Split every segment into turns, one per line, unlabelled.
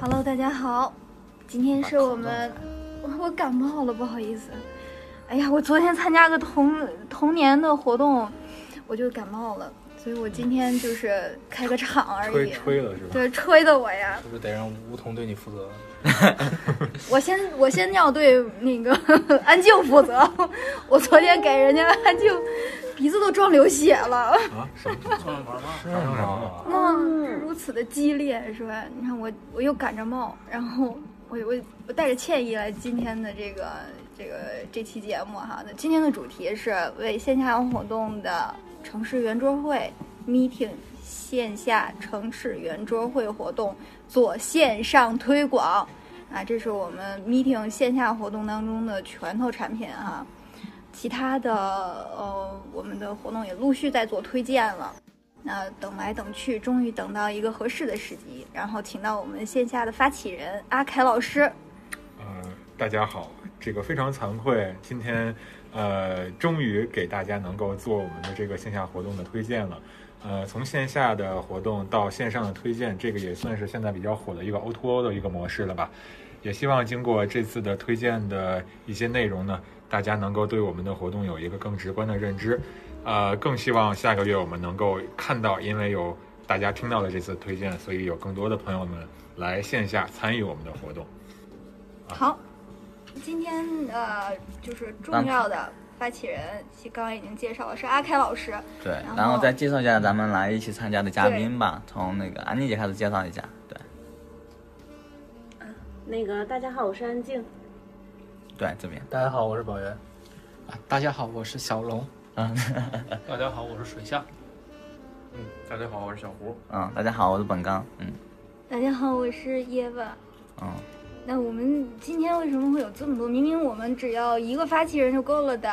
Hello，大家好，今天是我们， 我我感冒了，不好意思。哎呀，我昨天参加个童童年的活动，我就感冒了，所以我今天就是开个场而
吹
已。
吹了是吧？
对，吹的我呀，
是不是得让梧桐对你负责？
我先我先要对那个 安静负责。 我昨天给人家安静鼻子都撞流血了，
发生什么了？
嗯，是如此的激烈，是吧？你看我我又赶着冒，然后我我我带着歉意来今天的这个这个这期节目哈。那今天的主题是为线下活动的城市圆桌会 meeting 线下城市圆桌会活动做线上推广啊，这是我们 meeting 线下活动当中的拳头产品哈。其他的呃，我们的活动也陆续在做推荐了。那等来等去，终于等到一个合适的时机，然后请到我们线下的发起人阿凯老师。
呃，大家好，这个非常惭愧，今天呃，终于给大家能够做我们的这个线下活动的推荐了。呃，从线下的活动到线上的推荐，这个也算是现在比较火的一个 O2O 的一个模式了吧。也希望经过这次的推荐的一些内容呢，大家能够对我们的活动有一个更直观的认知。呃，更希望下个月我们能够看到，因为有大家听到了这次推荐，所以有更多的朋友们来线下参与我们的活动。
好，今天呃，就是重要的发起人，其实刚刚已经介绍了是阿凯老师。
对
然，
然
后
后再介绍一下咱们来一起参加的嘉宾吧，从那个安妮姐开始介绍一下。对，
那个大家好，我是安静。
对，这边，
大家好，我是宝源。
啊，大家好，我是小龙。
嗯
大家好，我是水下。
啊嗯，大家好，我是小胡。
嗯，大家好，我是本刚，嗯
大家好，我是叶问。
嗯，
那我们今天为什么会有这么多？明明我们只要一个发起人就够了的，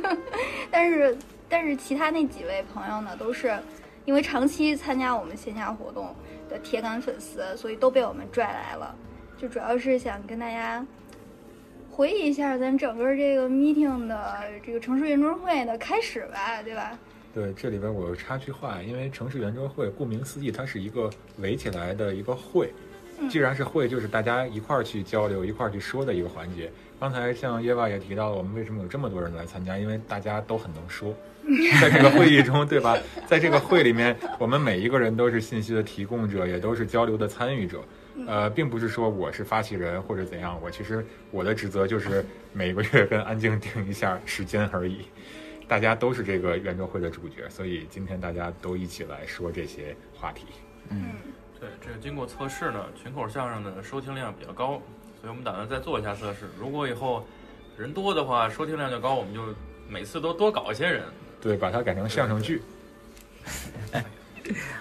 但是但是其他那几位朋友呢，都是因为长期参加我们线下活动的铁杆粉丝，所以都被我们拽来了。就主要是想跟大家回忆一下咱整个这个 meeting 的这个城市圆桌会的开始吧，对吧？
对，这里边我插句话，因为城市圆桌会，顾名思义，它是一个围起来的一个会。既然是会，就是大家一块儿去交流、一块儿去说的一个环节。刚才像耶娃也提到了，我们为什么有这么多人来参加？因为大家都很能说，在这个会议中，对吧？在这个会里面，我们每一个人都是信息的提供者，也都是交流的参与者。呃，并不是说我是发起人或者怎样，我其实我的职责就是每个月跟安静定一下时间而已。大家都是这个圆桌会的主角，所以今天大家都一起来说这些话题。
嗯
对，这个经过测试呢，群口相声的收听量比较高，所以我们打算再做一下测试。如果以后人多的话，收听量就高，我们就每次都多搞一些人。
对，把它改成相声剧。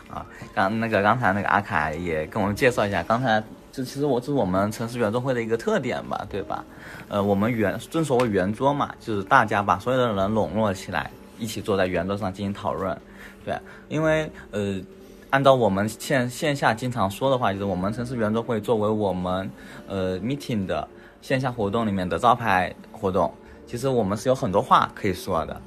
啊刚那个刚才那个阿凯也跟我们介绍一下，刚才这其实我这是我们城市圆桌会的一个特点吧，对吧？呃，我们圆正所谓圆桌嘛，就是大家把所有的人笼络起来，一起坐在圆桌上进行讨论，对，因为呃。按照我们线线下经常说的话，就是我们城市圆桌会作为我们呃 meeting 的线下活动里面的招牌活动，其实我们是有很多话可以说的，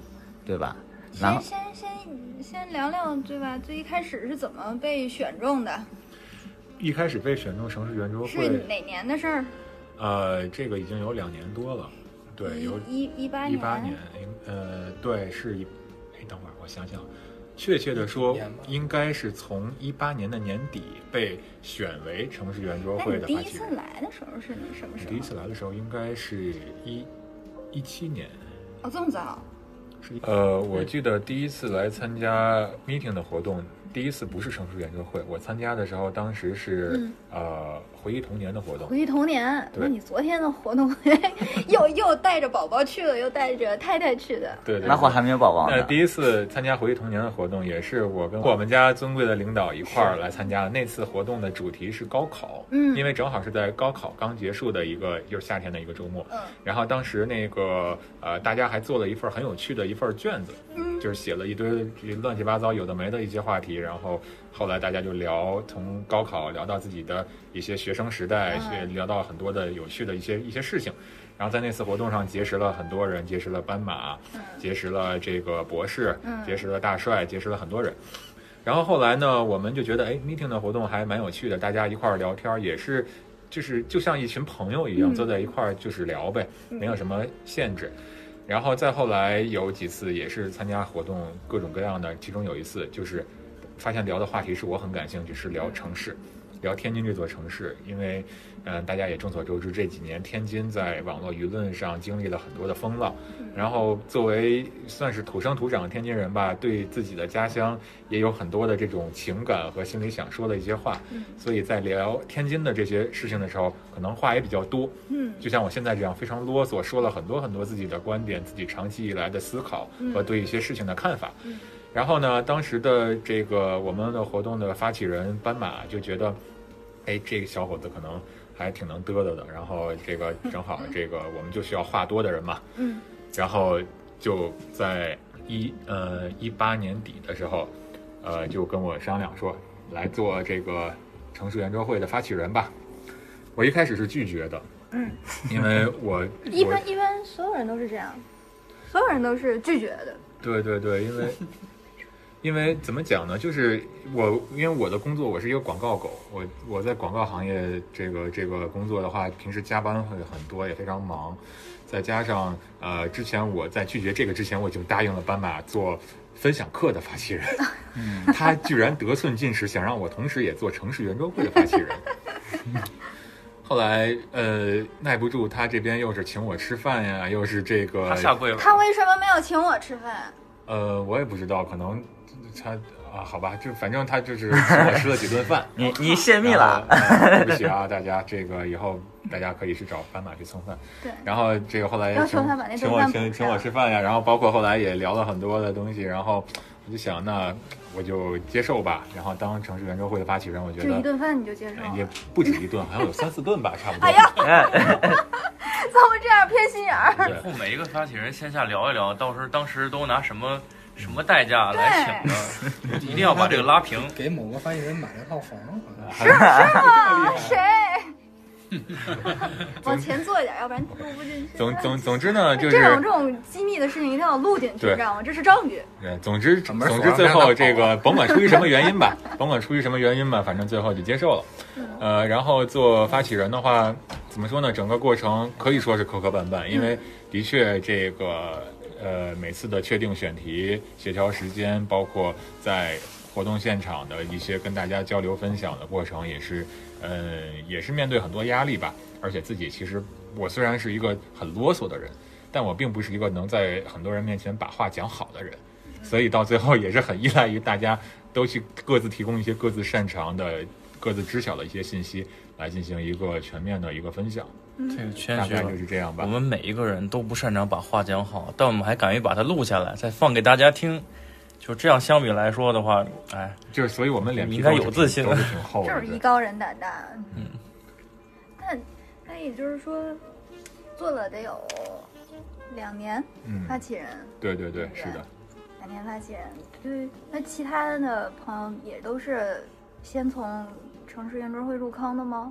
对吧？然
先
后
先先先聊聊对吧？最一开始是怎么被选中的？
一开始被选中城市圆桌
是
会，
哪年的事儿？
呃，这个已经有两年多了，对，有
一一八
一八年，应呃，对，是一，哎，等会儿我想想，确切的说
一年吧，
应该是从一八年的年底被选为城市圆桌
那
会
你
的
第
发
一
起
次
人。
来的时候是你什么
我
时
第一
候？
次来的时候，应该是一一七年，
哦，这么早？
是一呃，我记得第一次来参加 meeting 的活动，第一次不是城市圆桌会，我参加的时候，当时是、
嗯
呃回忆童年的活动
回。忆童年。
对
那你昨天 的活动又又带着宝宝去的，又带着太太去的。
对对对
那会儿还没有宝宝
那
呢。。
第一次参加回忆童年的活动，也是我跟我们家尊贵的领导一块儿来参加的。那次活动的主题是高考，
嗯
因为正好是在高考刚结束的一个，就是夏天的一个周末。
嗯
然后当时那个呃，大家还做了一份很有趣的一份卷子，
嗯
就是写了一堆乱七八糟有的没的一些话题，然后后来大家就聊从高考聊到自己的一些学生时代，
嗯
去聊到很多的有趣的一些一些事情，然后在那次活动上结识了很多人，结识了斑马，
嗯
结识了这个博士
嗯，
结识了大帅，结识了很多人。然后后来呢，我们就觉得哎，meeting 的活动还蛮有趣的，大家一块儿聊天儿也是。就是就像一群朋友一
嗯
样坐在一块儿，就是聊呗，没有
嗯
什么限制。然后再后来有几次也是参加活动，各种各样的，其中有一次就是发现聊的话题是我很感兴趣，是聊城市，聊天津这座城市，因为嗯、呃大家也众所周知，这几年天津在网络舆论上经历了很多的风浪，然后作为算是土生土长的天津人吧，对自己的家乡也有很多的这种情感和心里想说的一些话，
嗯
所以在聊天津的这些事情的时候，可能话也比较多，
嗯
就像我现在这样非常啰嗦，说了很多很多自己的观点、自己长期以来的思考
嗯
和对一些事情的看法。
嗯
然后呢，当时的这个我们的活动的发起人斑马就觉得，哎，这个小伙子可能还挺能嘚嘚的。然后这个正好这个我们就需要话多的人嘛，
嗯
然后就在一呃一八年底的时候，呃，就跟我商量说来做这个城市圆桌会的发起人吧。我一开始是拒绝的，
嗯，
因为我
一
我
般一般所有人都是这样，所有人都是拒绝的。
对对对，因为 因为怎么讲呢？就是我因为我的工作，我是一个广告狗，我我在广告行业这个这个工作的话，平时加班会很多，也非常忙。再加上呃，之前我在拒绝这个之前，我已经答应了斑马做分享课的发起人，
嗯
他居然得寸进尺，想让我同时也做城市圆桌会的发起人。 后来呃，耐不住他这边又是请我吃饭呀，又是这个
他下跪了，
他为什么没有请我吃饭？
呃，我也不知道，可能他啊，好吧，就反正他就是请我吃了几顿饭
你你泄密
然
了
后。呃 对不起啊，大家，这个以后大家可以去找斑马去蹭饭。
对
然后这个后来
要求
请
他把那顿
请我
饭
请
补
请我
上
吃饭呀，然后包括后来也聊了很多的东西，然后我就想，那我就接受吧。然后当城市圆桌会的发起人，我觉
就一
得
顿饭你就接受
哎
了
也？不止一顿，好像有三四顿吧，差不多。
哎呀，
哎，
怎么这样偏心眼儿？
对
后每一个发起人线下聊一聊，到时候当时都拿什么什么代价
对
来请 的，一定要把这个拉平。
给 某个发言人买了套房，好
啊
像
还有
啊，谁？ 往前坐一点，要不然录不进去。
总总总之呢，就是
这种这种机密的事情一定要录进去，
对
你知道吗？这是证据。
对，呃总之
把门
总
锁
之
上
最
让他
后
跑啊
这 个甭管出于什么原因吧，甭管出于什么原因吧，反正最后就接受了。呃，然后做发起人的话，怎么说呢？整个过程可以说是磕磕绊绊，因为的确这个呃每次的确定选题、协调时间，包括在活动现场的一些跟大家交流分享的过程，也是呃也是面对很多压力吧。而且自己其实我虽然是一个很啰嗦的人，但我并不是一个能在很多人面前把话讲好的人。所以到最后也是很依赖于大家都去各自提供一些各自擅长的、各自知晓的一些信息，来进行一个全面的一个分享。
嗯
这个谦
大
虚
概
了
就。是这样吧
我。们每一个人都不擅长把话讲好，但我们还敢于把它录下来，再放给大家听。就这样，相比来说的话，哎，
就是，所以我们脸皮
你应该
都是
有
挺
自信
都是挺
哦
厚
这
的
是。
对
艺高人胆大。嗯。那那也就是说，做了得有两年
嗯，
发起人，
对对对，是的。
两年发起人。对，那其他的朋友也都是先从城市圆桌会入坑的吗？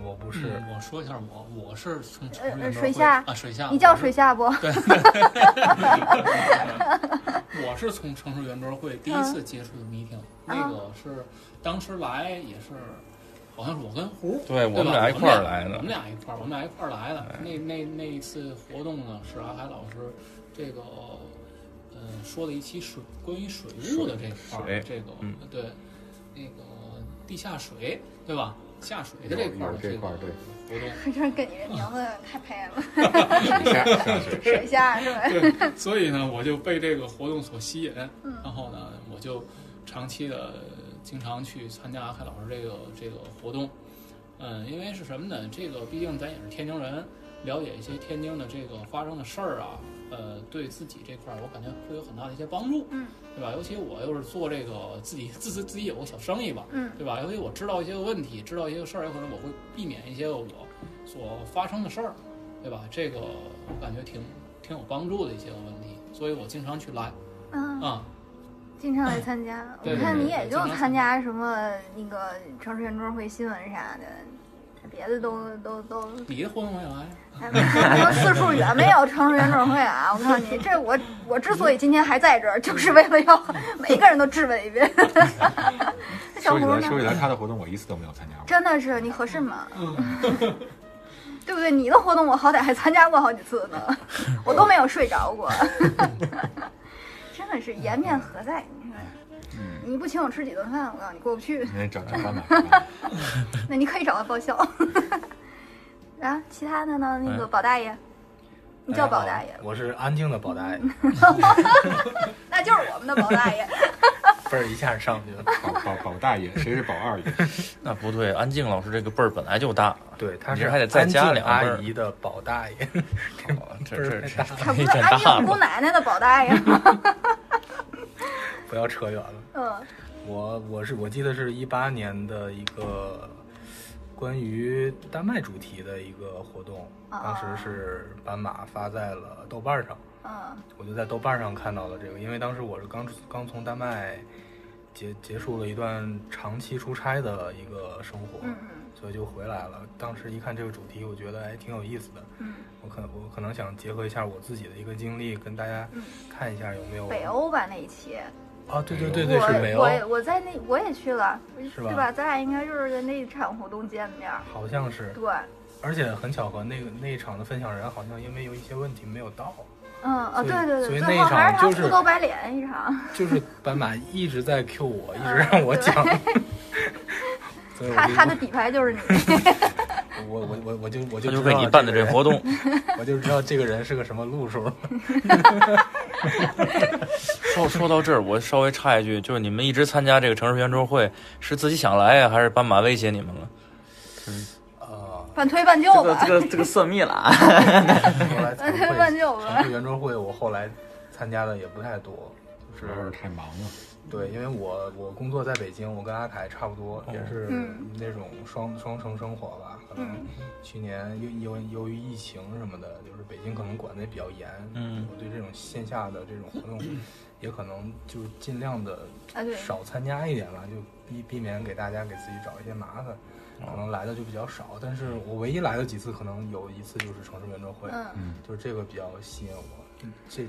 我不
是、我说一下我，我是从
嗯呃
成都
水下
啊，水下，
你叫
我是
水下不？
我是从城市圆桌会第一次接触的 meeting，、那个是当时来也是，好像是我跟胡，
对
吧
我们俩一块儿来的哎
我们俩一块儿，我们俩一块儿来的。那那那一次活动呢，是阿海老师这个呃说了一期水关于水务的这一块
水
儿，这个、
嗯
对那个地下水对吧？下水的
有
这块儿
有
的
这
个
块儿对
活动，
就是跟你这名字太配了，
水下下
水下
水
是吧？
对，所以呢，我就被这个活动所吸引，
嗯
然后呢，我就长期的经常去参加阿凯老师这个这个活动，嗯，因为是什么呢？这个毕竟咱也是天津人，了解一些天津的这个发生的事儿啊，呃，对自己这块儿我感觉会有很大的一些帮助，
嗯，
对吧？尤其我又是做这个自己自自自己有个小生意吧，
嗯
对吧？因为我知道一些个问题，知道一些个事儿，有可能我会避免一些个我所发生的事儿，对吧？这个我感觉挺挺有帮助的一些个问题，所以我经常去来
嗯，
啊。
经常来参加。我
对
看
对
你
对
也就参加什么那个城市圆桌会新闻啥的，别的都都 都，
你的活动我也来，
哎什么四数园没有城市园长会啊！我告诉你，这我我之所以今天还在这儿，就是为了要每个人都质问一遍。 那小
说起
胡
来，
呢
说？起来，他的活动我一次都没有参加过。
真的是你合适吗？对不对？你的活动我好歹还参加过好几次 呢，我都没有睡着过。真的是颜面何在？你看，
嗯
你不请我吃几顿饭，我告诉你过不去。
你找他干嘛？
那你可以找他报销。 啊，其他的呢？那个
哎
保大爷，你叫保大爷
哎，我是安静的保大 爷，哎
那就是我们的保 大爷。
嘣 儿一下上去了。
保保保大爷，谁是保二爷？
那不对，安静老师这个辈儿本来就大，
对，他
你
是
这还得再加
安静
两
阿
辈儿哦
姨的保大 爷， 辈
这这
儿
这
太大，
可不
一
是
阵
安
大
静姑
了。
奶奶的保大爷吗？
不要扯远了。
嗯，
我我是我记得是一八年的一个关于丹麦主题的一个活动，
哦
当时是斑马发在了豆瓣上，
嗯，
我就在豆瓣上看到了这个，因为当时我是刚刚从丹麦结结束了一段长期出差的一个生活，
嗯
所以就回来了。当时一看这个主题，我觉得哎挺有意思的，
嗯
我可我可能想结合一下我自己的一个经历，跟大家
嗯
看一下有没有
嗯，北欧吧那一期，
啊，对对对对是北
我
欧，
我我在那我也去了，
是吧
对吧？咱俩应该就是在那一场活动见的面儿。
好像是。
对，
而且很巧合，那个那一场的分享人好像因为有一些问题没有 到，
嗯啊，
所以
对对
所
对，
以那一
最后还
场就是是
他秃头白脸一场，
就是斑马一直在 Q 我，一直
嗯
让我
对
讲， 所以我
他
就
他的底牌就是你。
我我我我就我
他
就
就
知
为
道
你办的
这
这
个
活动，
人，我就知道这个人是个什么路 数。
说说到这儿，我稍微插一句，就是你们一直参加这个城市圆桌会，是自己想来呀，还是斑马威胁你们了？
啊，
半推半就
这个
吧
这，个这个涉密了 啊！
后来
半
参
推半
会，
就吧
城。市圆桌会，我后来参加的也不太多，就
主要是
是
太忙了。
对，因为我我工作在北京，我跟阿凯差不多，
哦
也是
嗯
那种双双城生活吧，可能
嗯
去年由由由于疫情什么的，就是北京可能管得比较严，
嗯
我对这种线下的这种活 动，也可能就是尽量的
啊对，
少参加一点吧，就避避免给大家给自己找一些麻烦，
哦
可能来的就比较少。但是我唯一来的几次，可能有一次就是城市圆桌会，
嗯，
嗯，
就是这个比较吸引我，这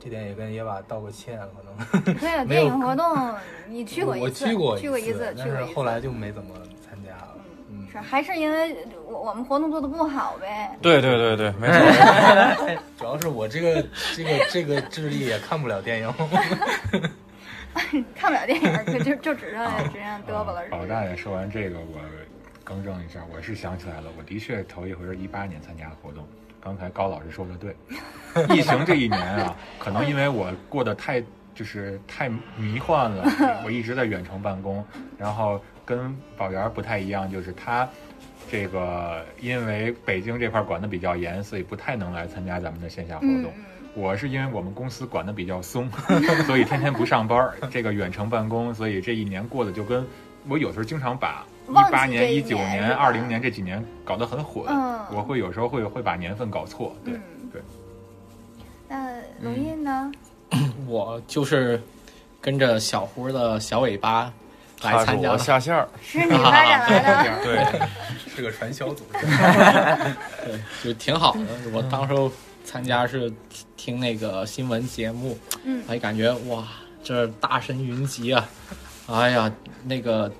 这点也跟野瓦道个歉，可能。
对，啊
没有
电影活动你去过
我
一次，
去过
去过
一
一次，
但
去
是
过一
后
次。
来就没怎么参加了。嗯，
是，还是因为我我们活动做的不好 呗？
对对对对， 没错。
哎
主要是我这个这个这个智力也看不 了电影。
看不了电影，就就就只
哦
剩只剩嘚啵了，是
保
不
大
是？
爷哦说完这个，我更正一下，我是想起来了，我的确头一回是一八年参加的活动。刚才高老师说的 对，疫情这一年啊，可能因为我过得太就是太迷幻 了，我一直在远程办公，然后跟宝源不太一样，就是他。这个因为北京这块管得比较严，所以不太能来参加咱们的线下活动。
嗯嗯
我是因为我们公司管得比较松， 所以天天不上班， 儿，这个远程办公，所以这一年过得就跟我有时候经常把
忘
一
记
八
这
年、
一
一九
年
年、
是吧
二零年这几年搞得很混，
嗯
我会有时候会会把年份搞错，对，
嗯，
对。
嗯
那龙印呢？
我就是跟着小胡的小尾巴来
他是
参加
我
了。
下线儿，
是你发展来 的？
对，
是个传销组织。
对，就挺好的。我当时候参加是听听那个新闻节目，
嗯
哎，感觉哇，这大神云集啊！哎呀，那个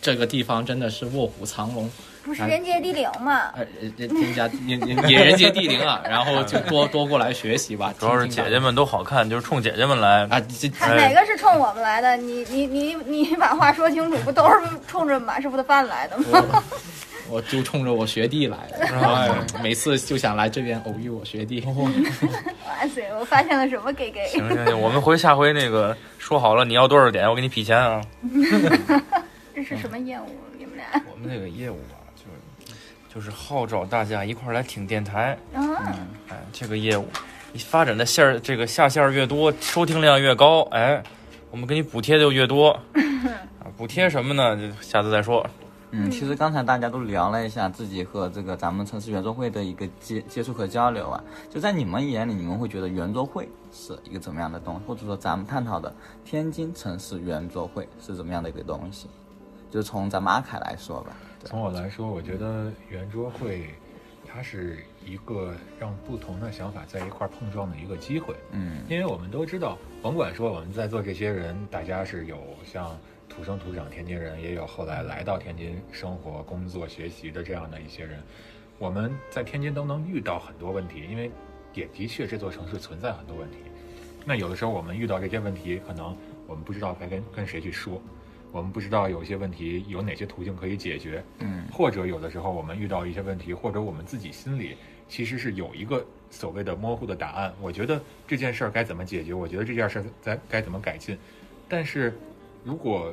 这个地方真的是卧虎藏龙，
不
哎
是人杰地灵嘛？
呃，人人家也也也人杰地灵啊。然后就 多多过来学习吧，
主要是
听听
姐
吧
姐们都好看，就是冲姐姐们来。哎
啊，这
看
哎
哪个是冲我们来的？你你你你把话说清楚，不都是冲着马师傅的饭来的吗？
我我就冲着我学弟来的， 哎，哦每次就想来这边偶遇我学弟。
哇塞，我发现了什么 gay gay？
行行行，我们回下回那个说好了，你要多少点，我给你匹钱啊。
这是什么业务？你们俩？
嗯
我们这个业务吧，就就是号召大家一块儿来挺电台，
嗯，
哎，这个业务你发展的线儿，这个下线儿越多，收听量越高，哎，我们给你补贴就越多。啊，补贴什么呢？就下次再说。
嗯，其实刚才大家都聊了一下自己和这个咱们城市圆桌会的一个接接触和交流啊，就在你们眼里，你们会觉得圆桌会是一个怎么样的东西，或者说咱们探讨的天津城市圆桌会是怎么样的一个东西？就从咱们阿凯来说吧。
从我来说，我觉得圆桌会，它是一个让不同的想法在一块儿碰撞的一个机会。
嗯
因为我们都知道，甭管说我们在座这些人，大家是有像土生土长天津人，也有后来来到天津生活、工作、学习的这样的一些人，我们在天津都能遇到很多问题，因为也的确这座城市存在很多问题。那有的时候我们遇到这些问题，可能我们不知道该跟跟谁去说，我们不知道有些问题有哪些途径可以解决，
嗯
或者有的时候我们遇到一些问题，或者我们自己心里其实是有一个所谓的模糊的答案。我觉得这件事儿该怎么解决？我觉得这件事儿该该怎么改进？但是如果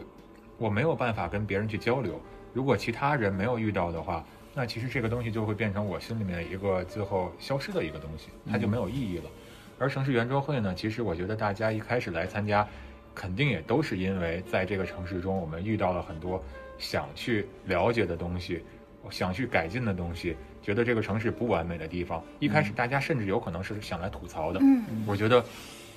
我没有办法跟别人去交流，如果其他人没有遇到的话，那其实这个东西就会变成我心里面一个最后消失的一个东西，它就没有意义了。而城市圆桌会呢，其实我觉得大家一开始来参加，肯定也都是因为在这个城市中，我们遇到了很多想去了解的东西，想去改进的东西，觉得这个城市不完美的地方。一开始大家甚至有可能是想来吐槽的，
嗯
我觉得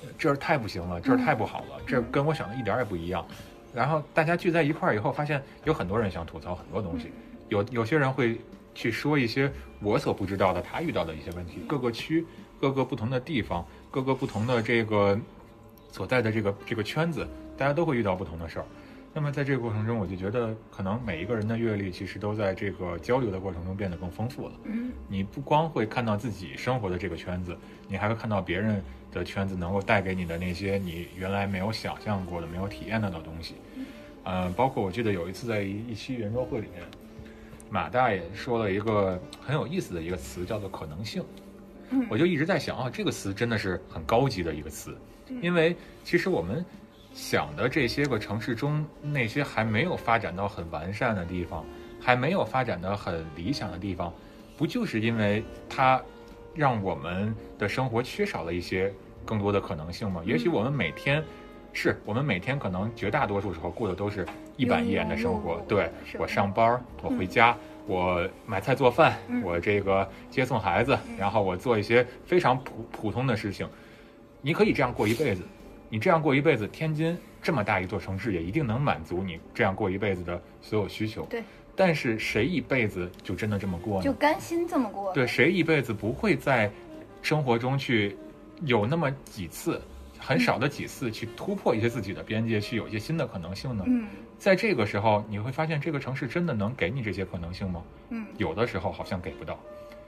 呃这儿太不行了，这儿太不好了，这儿跟我想的一点儿也不一样。然后大家聚在一块儿以后，发现有很多人想吐槽很多东西，有有些人会去说一些我所不知道的，他遇到的一些问题，各个区、各个不同的地方、各个不同的这个所在的这个这个圈子，大家都会遇到不同的事儿。那么在这个过程中，我就觉得可能每一个人的阅历其实都在这个交流的过程中变得更丰富了。
嗯
你不光会看到自己生活的这个圈子，你还会看到别人的圈子能够带给你的那些你原来没有想象过的、没有体验到的东西。呃，包括我记得有一次在一一期圆桌会里面，马大爷说了一个很有意思的一个词，叫做可能性。
嗯
我就一直在想啊，这个词真的是很高级的一个词，因为其实我们想的这些个城市中那些还没有发展到很完善的地方，还没有发展的很理想的地方，不就是因为它让我们的生活缺少了一些更多的可能性吗？也许我们每天。是我们每天可能绝大多数时候过的都是一板一眼的生活
庸庸碌，碌
对
是
我上班儿，我回家，我买菜做饭，
嗯
我这个接送孩子，然后我做一些非常普普通的事情。你可以这样过一辈子，你这样过一辈子，天津这么大一座城市也一定能满足你这样过一辈子的所有需求。
对，
但是谁一辈子就真的这么过呢？
就甘心这么过。
对，谁一辈子不会在生活中去有那么几次，很少的几次去突破一些自己的边界，去有一些新的可能性呢？
嗯
在这个时候，你会发现这个城市真的能给你这些可能性吗？
嗯
有的时候好像给不到，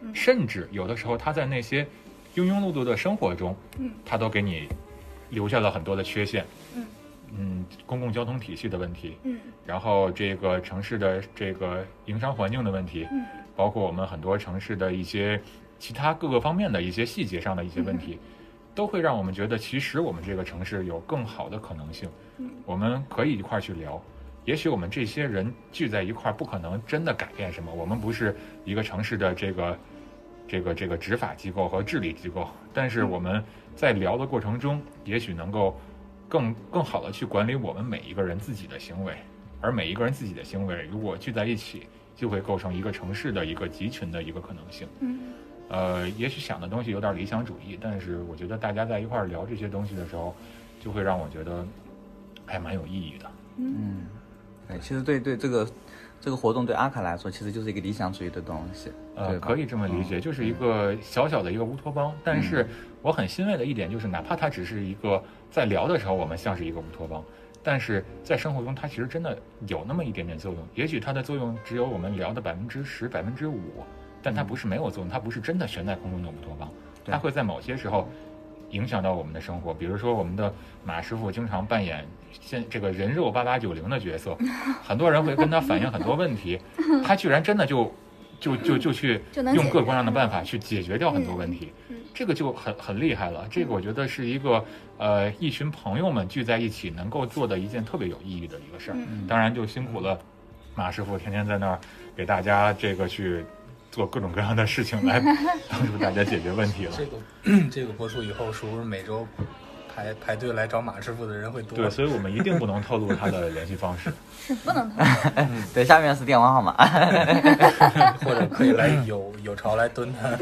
嗯
甚至有的时候他在那些庸庸碌碌的生活中，
嗯
他都给你留下了很多的缺陷，
嗯
嗯公共交通体系的问题，
嗯
然后这个城市的这个营商环境的问题，
嗯
包括我们很多城市的一些其他各个方面的一些细节上的一些问
嗯
题，都会让我们觉得，其实我们这个城市有更好的可能性
嗯，
我们可以一块儿去聊。也许我们这些人聚在一块儿，不可能真的改变什么。我们不是一个城市的这个、这个、这个执法机构和治理机构，但是我们在聊的过程中，也许能够更更好的去管理我们每一个人自己的行为，而每一个人自己的行为如果聚在一起，就会构成一个城市的一个集群的一个可能性。
嗯
呃，也许想的东西有点理想主义，但是我觉得大家在一块儿聊这些东西的时候，就会让我觉得还蛮有意义的。
嗯，对，其实对对这个这个活动对阿凯来说，其实就是一个理想主义的东西，
呃
对，吧嗯
可以这么理解，就是一个小小的一个乌托邦。但是我很欣慰的一点就是，哪怕它只是一个在聊的时候，我们像是一个乌托邦，但是在生活中，它其实真的有那么一点点作用。也许它的作用只有我们聊的百分之十、百分之五，但
嗯
它不是没有作用，它不是真的悬在空中的乌托邦，
对
它会在某些时候影响到我们的生活。比如说，我们的马师傅经常扮演现这个人肉八八九零的 角色，很多人会跟他反映很多问题，他居然真的就就就就去
就能
用
解
各
决
种各样的办法去解决掉很多问题
嗯嗯，
这个就很很厉害了。这个我觉得是一个呃一群朋友们聚在一起能够做的一件特别有意义的一个事儿。
嗯
当然就辛苦了马师傅，天天在那儿给大家这个去做各种各样的事情来帮助大家解决问题了。
这个这个播出以后，是不是每周排排队来找马师傅的人会多？
对，所以我们一定不能透露他的联系方 式。
是不能偷。
对，下面是电话号码。
或者可以来有有潮来蹲他。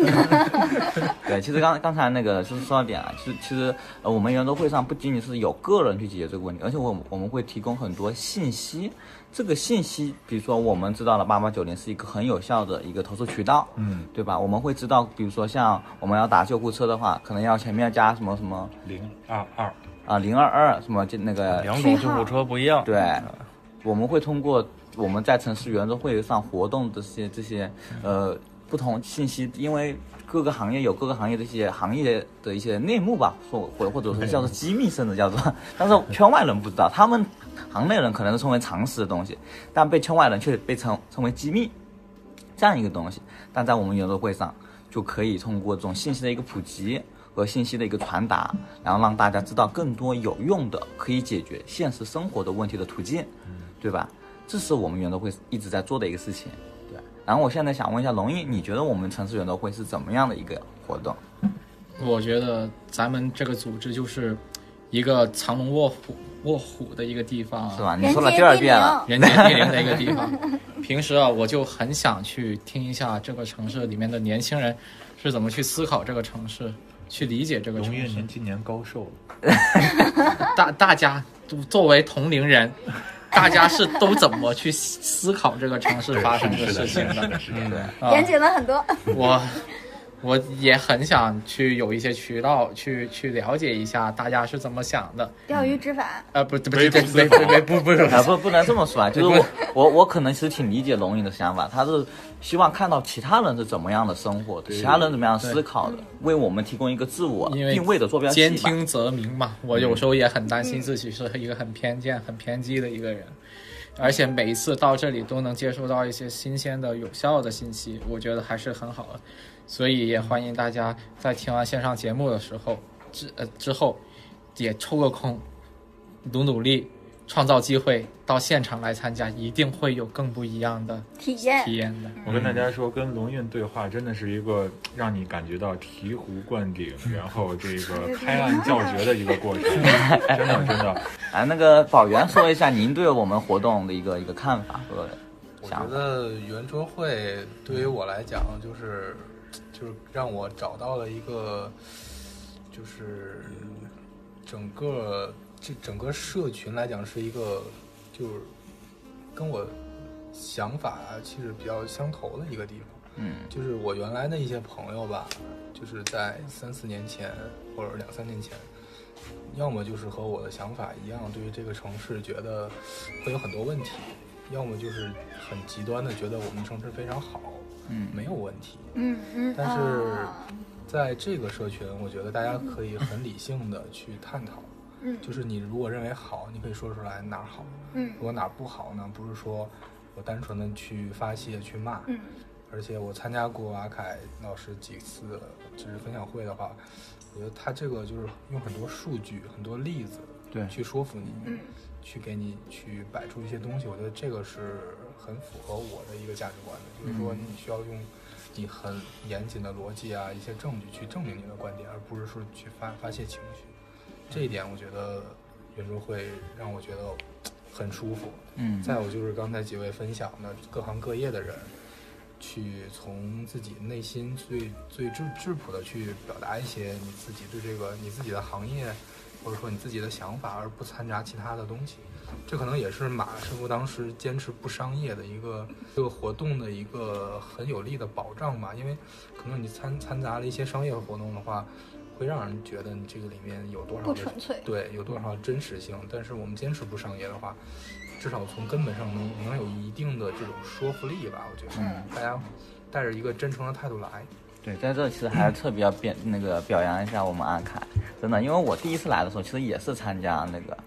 对，其实刚刚才那个就是说到点啊，其实其实呃，我们圆桌会上不仅仅是有个人去解决这个问题，而且我我们会提供很多信息，这个信息，比如说我们知道了八八九零是一个很有效的一个投诉渠道，
嗯，
对吧？我们会知道，比如说像我们要打救护车的话，可能要前面加什么什么
零二二，
啊零二二什么就那个
啊两种救护车不一样。
对，我们会通过我们在城市圆桌会上活动的这些这些呃不同信息，因为各个行业有各个行业的一些行业的一些内幕吧，或或或者是叫做机密，甚至叫做， 但是圈外人不知道，他们行内人可能是称为常识的东西，但被圈外人却被称称为机密这样一个东西。但在我们圆桌会上，就可以通过这种信息的一个普及。和信息的一个传达，然后让大家知道更多有用的、可以解决现实生活的问题的途径，对吧？这是我们圆桌会一直在做的一个事情，对。然后我现在想问一下龙毅，你觉得我们城市圆桌会是怎么样的一个活动？
我觉得咱们这个组织就是一个藏龙卧虎卧虎的一个地方啊，
是吧？你说了第二遍了，
人杰地灵的一个地方。 平时啊，我就很想去听一下这个城市里面的年轻人是怎么去思考这个城市，去理解这个
荣
城
运
市
您。今年高寿了，
大大家都作为同龄人，大家是都怎么去思思考这个城市发生的事情的？
的，是的，
啊
严谨了很多。
我我也很想去有一些渠道去去了解一下大家是怎么想的。
钓鱼执法，
呃，不，不
微
对
服
对
私
对
访
对，不 不是，
啊，不，不能这么 说啊，就是我，我，我可能其实挺理解龙毅的想法，他是希望看到其他人是怎么样的生活的，其他人怎么样思考的，为我们提供一个自我
因为
定位的坐标系
兼
吧。
听则明嘛。我有时候也很担心自己是一个很偏见、很偏激的一个人，而且每一次到这里都能接收到一些新鲜的、有效的信息，我觉得还是很好的。所以也欢迎大家在听完线上节目的时候之呃之后，也抽个空，努努力，创造机会到现场来参加，一定会有更不一样的
体验
体验的。
我跟大家说，跟龙运对话真的是一个让你感觉到醍醐灌顶，然后这个拍案叫绝的一个 过程，真的真的。
啊，那个宝源说一下您对我们活动的一个一个看法和
我
想法。
觉得圆桌会对于我来讲，就是就是让我找到了一个，就是整个这整个社群来讲是一个，就是跟我想法其实比较相投的一个地方。
嗯，
就是我原来的一些朋友吧，就是在三四年前或者两三年前，要么就是和我的想法一样，对于这个城市觉得会有很多问题，要么就是很极端的觉得我们城市非常好，
嗯
没有问题。
嗯嗯，
但是
啊
在这个社群，我觉得大家可以很理性的去探讨，
嗯
就是你如果认为好，你可以说出来哪儿好；
嗯
如果哪儿不好呢，不是说我单纯的去发泄去骂，
嗯
而且我参加过阿凯老师几次知识分享会的话，我觉得他这个就是用很多数据、很多例子，
对
去说服你，
嗯
去给你去摆出一些东西。我觉得这个是很符合我的一个价值观的，就是说你需要用你很严谨的逻辑啊，一些证据去证明你的观点，而不是说去发发泄情绪。这一点我觉得圆桌会让我觉得很舒服。
嗯，
再有就是刚才几位分享的各行各业的人，去从自己内心最最质质朴的去表达一些你自己对这个你自己的行业，或者说你自己的想法，而不掺杂其他的东西。这可能也是马师傅当时坚持不商业的一个这个活动的一个很有力的保障吧，因为可能你掺掺杂了一些商业活动的话，会让人觉得你这个里面有多少
不
的
纯粹。
对，有多少真实性？但是我们坚持不商业的话，至少从根本上能能有一定的这种说服力吧。我觉得、
嗯
大家带着一个真诚的态度来，
对，在这其实还是特别要表那个表扬一下我们阿凯，真的，因为我第一次来的时候，其实也是参加那个，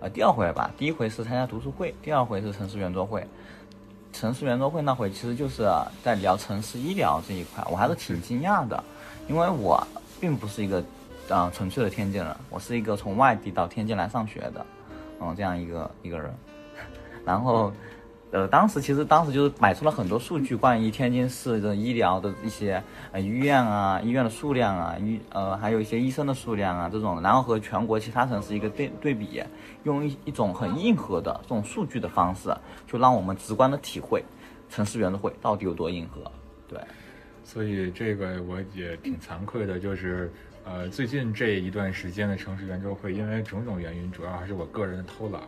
呃，第二回吧，第一回是参加读书会，第二回是城市圆桌会。城市圆桌会那回其实就是在聊城市医疗这一块，我还是挺惊讶的，因为我并不是一个，啊、纯粹的天津人，我是一个从外地到天津来上学的，嗯，这样一个一个人， 然后。呃，当时其实当时就是摆出了很多数据，关于天津市的医疗的一些呃医院啊、医院的数量啊、医呃还有一些医生的数量啊这种，然后和全国其他城市一个对对比，用一一种很硬核的这种数据的方式，就让我们直观的体会城市圆桌会到底有多硬核。对，
所以这个我也挺惭愧的，就是呃，最近这一段时间的城市圆桌会，因为种种原因，主要还是我个人的偷懒儿，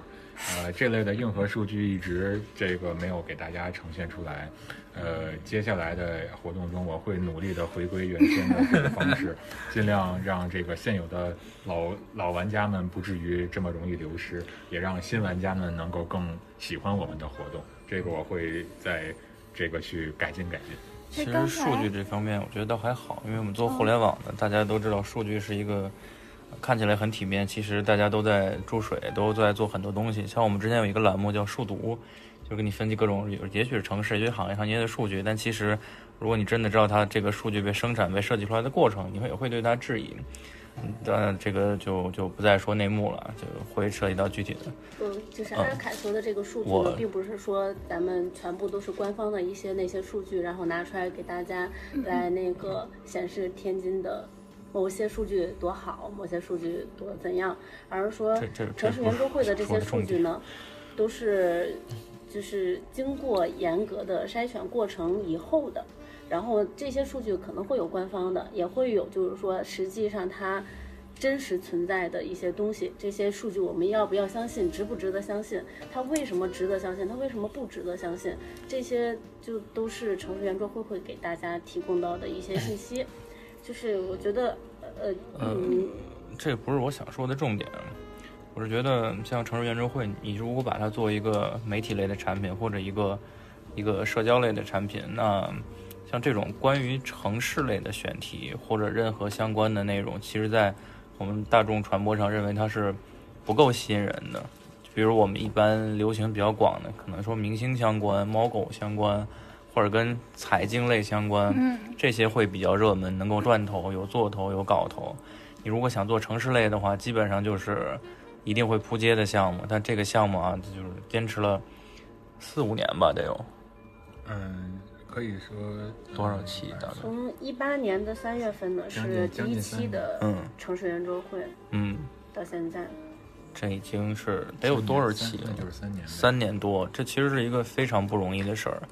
呃，这类的硬核数据一直这个没有给大家呈现出来。呃，接下来的活动中，我会努力的回归原先的这个方式， 尽量让这个现有的老老玩家们不至于这么容易流失，也让新玩家们能够更喜欢我们的活动。这个我会在这个去改进改进。
其
刚
实
才嗯
数据这方面，我觉得倒还好，因为我们做互联网的，大家都知道数据是一个呃看起来很体面，其实大家都在注水，都在做很多东西。像我们之前有一个栏目叫数独，就给你分析各种，有也许是城市，也许行业行业的数据，但其实如果你真的知道它这个数据被生产、被设计出来的过程，你会也会对它质疑。嗯但这个就就不再说内幕了，就会涉及到具体的。
嗯，就是阿凯说的这个数据
啊我，
并不是说咱们全部都是官方的一些那些数据，然后拿出来给大家来那个显示天津的某些数据多好，某些数据多怎样，而是说
这这这
城市圆桌会的这
说
些
的
数
重
据
点
呢，都是就是经过严格的筛选过程以后的，然后这些数据可能会有官方的，也会有就是说实际上它真实存在的一些东西，这些数据我们要不要相信，值不值得相信，它为什么值得相信，它为什么不值得相信，这些就都是城市圆桌会会给大家提供到的一些信息，就是我觉得呃嗯
这不是我想说的重点，我是觉得像城市圆桌会，你如果把它作为一个媒体类的产品或者一个一个社交类的产品，那像这种关于城市类的选题或者任何相关的内容，其实在我们大众传播上认为它是不够吸引人的。比如我们一般流行比较广的，可能说明星相关、猫狗相关，或者跟财经类相关，
嗯，
这些会比较热门，能够赚头、有做头、有搞头。你如果想做城市类的话，基本上就是一定会扑街的项目。但这个项目啊，就是坚持了四五年吧，得有
嗯，可以说嗯
多少期大概？
从一八年的三月份呢
将近
是第
将
一
近三
期
年
的
嗯
城市圆桌会
嗯，
到现在。
这已经是得有多少期了
那？就是三年呗。
三年多，这其实是一个非常不容易的事儿，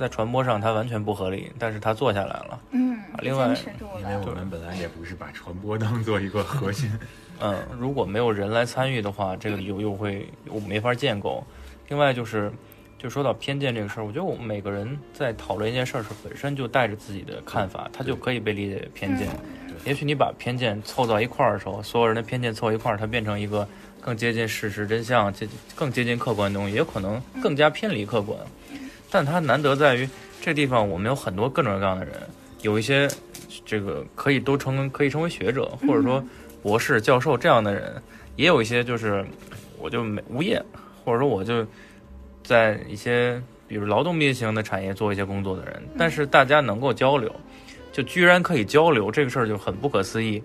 在传播上它完全不合理，但是它做下来了。
嗯，
啊另外
坚持住
因为
了，
我们本来也不是把传播当做一个核心，
嗯，如果没有人来参与的话，这个又又会我没法建构。另外就是，就说到偏见这个事儿，我觉得我们每个人在讨论一件事儿时，本身就带着自己的看法，它就可以被理解为偏见。
嗯
也许你把偏见凑到一块儿的时候，所有人的偏见凑一块儿，它变成一个更接近事实真相、接更接近客观的东西，也有可能
嗯
更加偏离客观。但它难得在于这地方，我们有很多各种各样的人，有一些这个可以都成可以成为学者，或者说博士、教授这样的人，也有一些就是我就没无业，或者说我就在一些比如劳动密集型的产业做一些工作的人，但是大家能够交流，就居然可以交流，这个事儿就很不可思议。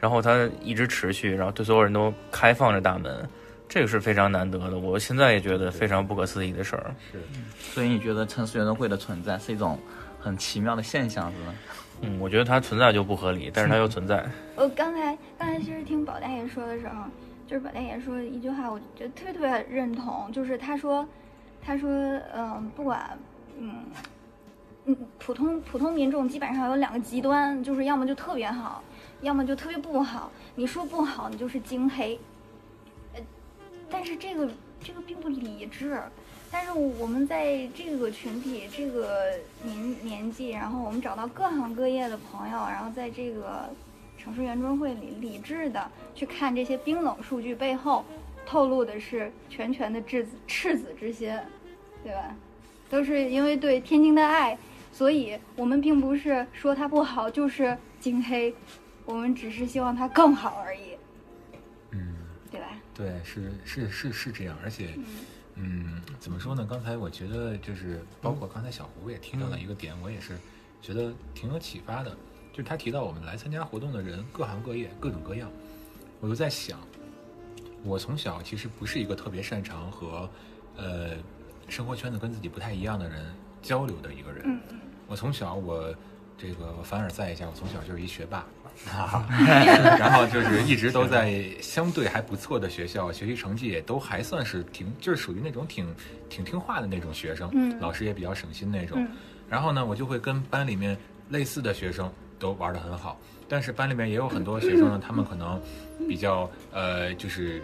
然后它一直持续，然后对所有人都开放着大门，这个是非常难得的。我现在也觉得非常不可思议的事儿。
嗯所以你觉得城市圆桌会的存在是一种很奇妙的现象，是吗？
嗯，我觉得它存在就不合理，但是它又存在。
我刚才刚才其实听保大爷说的时候，就是保大爷说的一句话，我觉得特别特别认同，就是他说，他说，嗯，不管，嗯。嗯，普通普通民众基本上有两个极端，就是要么就特别好，要么就特别不好。你说不好，你就是精黑。呃，但是这个这个并不理智。但是我们在这个群体、这个年年纪，然后我们找到各行各业的朋友，然后在这个城市圆桌会里理智的去看这些冰冷数据背后，透露的是拳拳的赤子赤子之心，对吧？都是因为对天津的爱，所以我们并不是说它不好，就是金黑，我们只是希望它更好而已，
嗯。
对吧？
对，是是是是这样，而且，嗯，怎么说呢？刚才我觉得就是，包括刚才小胡也提到了一个点，我也是觉得挺有启发的，就是他提到我们来参加活动的人，各行各业，各种各样，我就在想，我从小其实不是一个特别擅长和，呃，生活圈子跟自己不太一样的人交流的一个人，
嗯嗯，
我从小我这个我凡尔赛一下，我从小就是一学霸，然后就是一直都在相对还不错的学校，学习成绩也都还算是挺，就是属于那种挺挺听话的那种学生，
嗯
老师也比较省心那种。
嗯
然后呢，我就会跟班里面类似的学生都玩 得很好，但是班里面也有很多学生呢，他们可能比较呃就是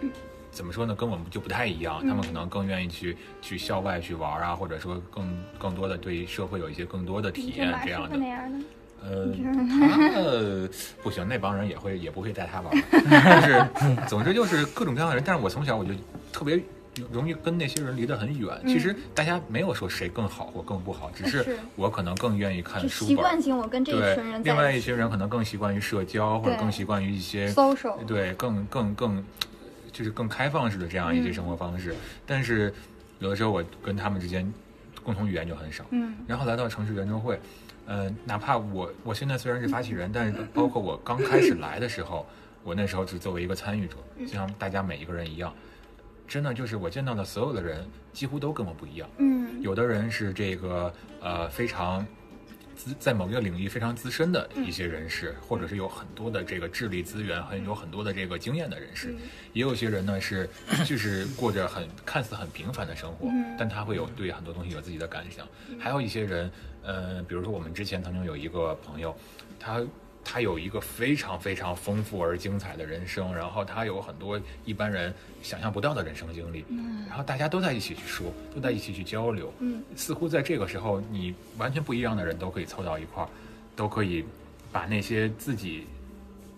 怎么说呢，跟我们就不太一
嗯
样，他们可能更愿意去去校外去玩啊，或者说更更多的对社会有一些更多的体
你跟
验
马
这
师
样
傅
的
那。样的，
呃，他不行，那帮人也会也不会带他玩儿， 但是总之就是各种各样的人。但是我从小我就特别容易跟那些人离得很远。其实大家没有说谁更好或更不好，
嗯
只
呃是
是我可能更愿意看
就
书
习
本儿
惯，性我跟这一群
对
人，
另外
在
一群人可能更习惯于社交，或者
对
更习惯于一些
social，
对，更更更，就是更开放式的这样一些生活方
嗯
式。但是有的时候我跟他们之间共同语言就很少。
嗯
然后来到城市圆桌会，呃，哪怕我我现在虽然是发起人，但是包括我刚开始来的时候，
嗯
我那时候只作为一个参与者，就像大家每一个人一样，真的就是我见到的所有的人几乎都跟我不一样。
嗯
有的人是这个呃非常资在某一个领域非常资深的一些人士，或者是有很多的这个智力资源，很有很多的这个经验的人士，
嗯
也有些人呢是就是过着很看似很平凡的生活，
嗯
但他会有对很多东西有自己的感想。还有一些人，呃，比如说我们之前曾经有一个朋友，他。他有一个非常非常丰富而精彩的人生，然后他有很多一般人想象不到的人生经历，然后大家都在一起去说，都在一起去交流，
嗯，
似乎在这个时候，你完全不一样的人都可以凑到一块儿，都可以把那些自己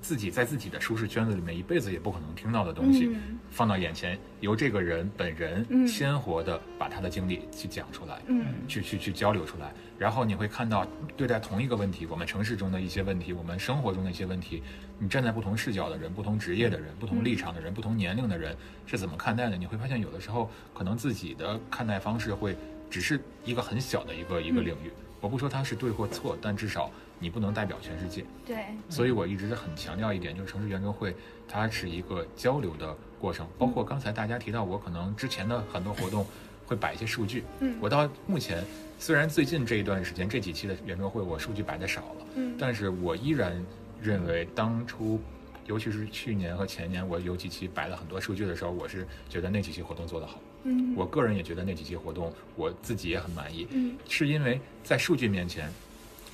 自己在自己的舒适圈子里面一辈子也不可能听到的东西、
嗯
放到眼前，由这个人本人
嗯
鲜活的把他的经历去讲出来，
嗯
去去去交流出来，然后你会看到对待同一个问题，我们城市中的一些问题，我们生活中的一些问题，你站在不同视角的人、不同职业的人、
嗯
不同立场的人、不同年龄的人是怎么看待的？你会发现，有的时候可能自己的看待方式会只是一个很小的一个一
嗯
个领域。我不说它是对或错，但至少你不能代表全世界。
对，
所以我一直很强调一点，就是城市圆桌会它是一个交流的过程，包括刚才大家提到我可能之前的很多活动会摆一些数据，
嗯
我到目前虽然最近这一段时间这几期的圆桌会我数据摆的少了，
嗯
但是我依然认为当初。尤其是去年和前年，我有几期摆了很多数据的时候，我是觉得那几期活动做得好。
嗯
我个人也觉得那几期活动我自己也很满意，
嗯
是因为在数据面前，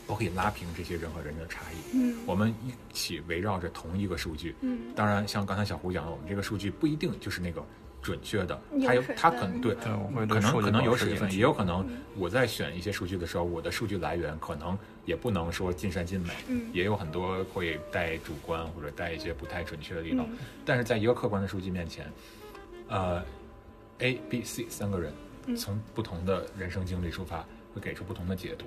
我可以拉平这些人和人的差异。
嗯
我们一起围绕着同一个数据。
嗯
当然，像刚才小胡讲的，我们这个数据不一定就是那个准确的，
有
它有
水
它
分
可能对，
对我会
可
对
能
数据
可能有
保持
水
警
分，
惕
也有可能
嗯
我在选一些数据的时候，我的数据来源可能也不能说尽善尽美，
嗯
也有很多会带主观或者带一些不太准确的地方。
嗯
但是在一个客观的数据面前，呃，A、B、C 三个人
嗯
从不同的人生经历出发，会给出不同的解读。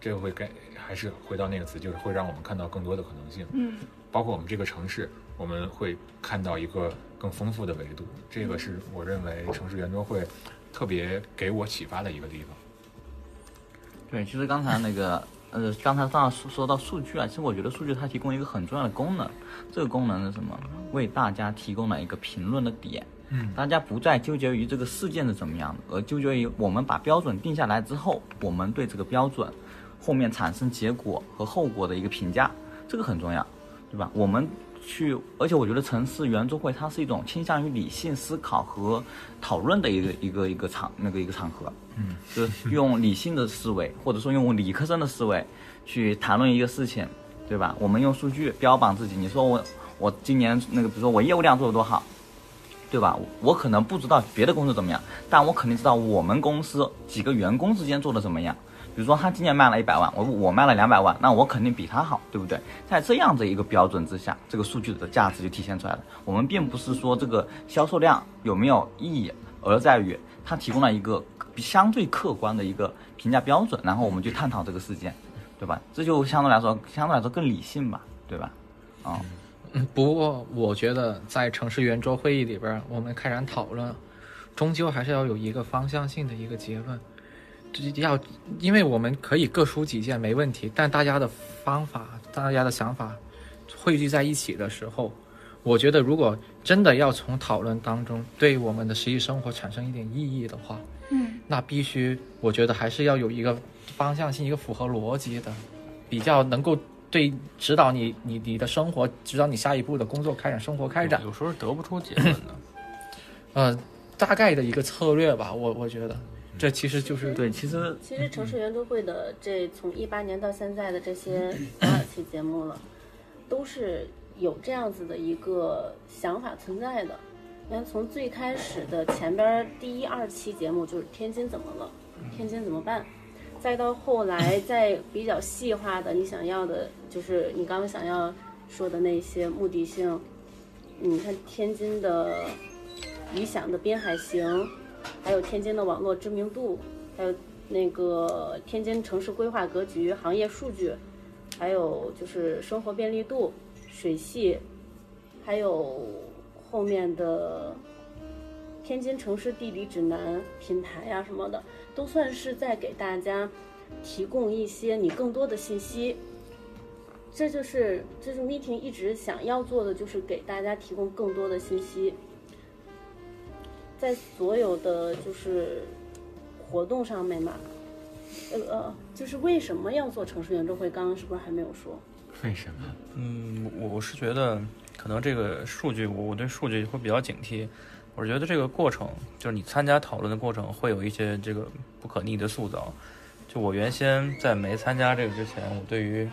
这个会给还是回到那个词，就是会让我们看到更多的可能性。
嗯
包括我们这个城市，我们会看到一个更丰富的维度。这
嗯
个是我认为城市圆桌会特别给我启发的一个地方。
对，其实刚才那个，呃，刚才上说说到数据啊，其实我觉得数据它提供一个很重要的功能，这个功能是什么？为大家提供了一个评论的点。
嗯
大家不再纠结于这个事件是怎么样的，而纠结于我们把标准定下来之后，我们对这个标准后面产生结果和后果的一个评价，这个很重要，对吧？我们去，而且我觉得城市圆桌会它是一种倾向于理性思考和讨论的一个一个一个场那个一个场合，嗯，就是用理性的思维，或者说用理科生的思维去谈论一个事情，对吧？我们用数据标榜自己，你说我我今年那个，比如说我业务量做得多好。对吧？我可能不知道别的公司怎么样，但我肯定知道我们公司几个员工之间做的怎么样。比如说他今年卖了一百万，我我卖了两百万，那我肯定比他好，对不对？在这样的一个标准之下，这个数据的价值就体现出来了。我们并不是说这个销售量有没有意义，而在于它提供了一个相对客观的一个评价标准，然后我们去探讨这个事件，对吧？这就相对来说相对来说更理性吧，对吧？啊、
嗯不过我觉得在城市圆桌会议里边儿，我们开展讨论，终究还是要有一个方向性的一个结论。这要，因为我们可以各抒己见没问题，但大家的方法、大家的想法汇聚在一起的时候，我觉得如果真的要从讨论当中对我们的实际生活产生一点意义的话，
嗯
那必须，我觉得还是要有一个方向性，一个符合逻辑的，比较能够对指导你你你的生活，指导你下一步的工作开展、生活开展，
有时候得不出结论的。
呃，大概的一个策略吧。我我觉得，这其实就是
嗯对，其实
其实城市圆桌会的这从一八年到现在的这些多少期节目了，都是有这样子的一个想法存在的。因为从最开始的前边儿第一二期节目就是天津怎么了，天津怎么办，再到后来再比较细化的，你想要的就是你刚刚想要说的那些目的性，你看天津的理想的滨海行，还有天津的网络知名度，还有那个天津城市规划格局、行业数据，还有就是生活便利度、水系，还有后面的天津城市地理指南、品牌呀、什么的，都算是在给大家提供一些你更多的信息。这就是这是 meeting 一直想要做的，就是给大家提供更多的信息。在所有的就是活动上面嘛，呃呃，就是为什么要做城市圆桌会？刚刚是不是还没有说？
为什么？
嗯，我我是觉得可能这个数据，我我对数据会比较警惕。我是觉得这个过程，就是你参加讨论的过程，会有一些这个不可逆的塑造。就我原先在没参加这个之前，我对于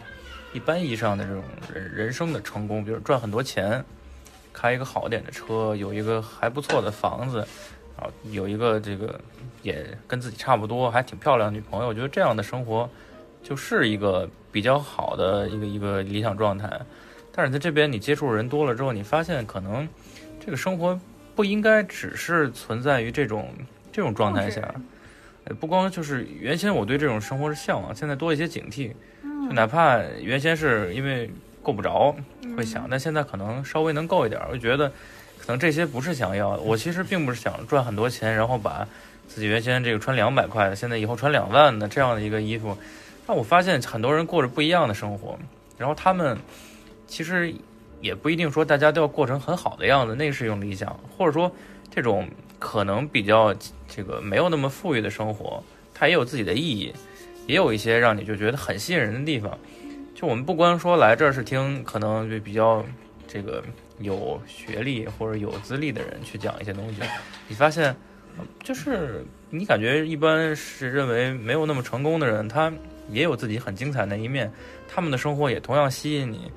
一般意义上的这种人人生的成功，比如赚很多钱，开一个好点的车，有一个还不错的房子，啊，有一个这个也跟自己差不多还挺漂亮的女朋友，我觉得这样的生活就是一个比较好的一个一个理想状态。但是在这边你接触人多了之后，你发现可能这个生活不应该只是存在于这种这种状态下
控制，
呃不光就是原先我对这种生活是向往，现在多一些警惕。
嗯
嗯
就哪怕原先是因为够不着会想，但现在可能稍微能够一点儿，我就觉得可能这些不是想要的。我其实并不是想赚很多钱，然后把自己原先这个穿两百块的，现在以后穿两万的这样的一个衣服。但我发现很多人过着不一样的生活，然后他们其实也不一定说大家都要过成很好的样子，那是一种理想，或者说这种可能比较这个没有那么富裕的生活，它也有自己的意义，也有一些让你就觉得很吸引人的地方。就我们不光说来这儿是听可能就比较这个有学历或者有资历的人去讲一些东西，你发现呃就是你感觉一般是认为没有那么成功的人，他也有自己很精彩的一面，他们的生活也同样吸引你。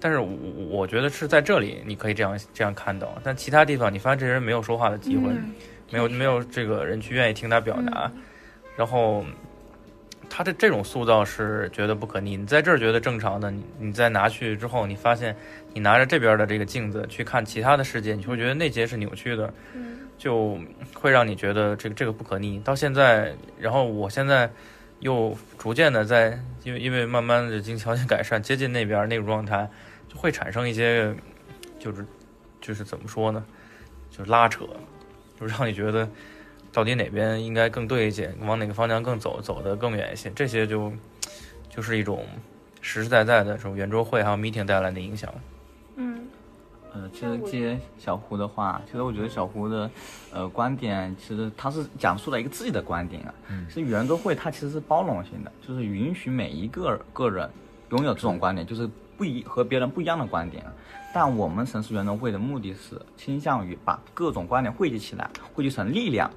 但是我我觉得是在这里你可以这样这样看到，但其他地方你发现这人没有说话的机会，
嗯
没有没有这个人去愿意听他表达，然后他的这种塑造是觉得不可逆。你在这儿觉得正常的，你你再拿去之后，你发现你拿着这边的这个镜子去看其他的世界，你会觉得那些是扭曲的，就会让你觉得这个这个不可逆。到现在，然后我现在又逐渐的在，因为因为慢慢的经条件改善，接近那边那个状态，就会产生一些，就是就是怎么说呢，就是拉扯，就让你觉得到底哪边应该更对一些，往哪个方向更走，走得更远一些，这些就就是一种实实在在的这种圆桌会还有 meeting 带来的影响。
嗯
呃，其实接小胡的话，其实我觉得小胡的，呃，观点其实他是讲述了一个自己的观点啊。嗯。其实圆桌会它其实是包容性的，就是允许每一个个人拥有这种观点，就是不一和别人不一样的观点啊。但我们城市圆桌会的目的是倾向于把各种观点汇集起来，汇聚成力量，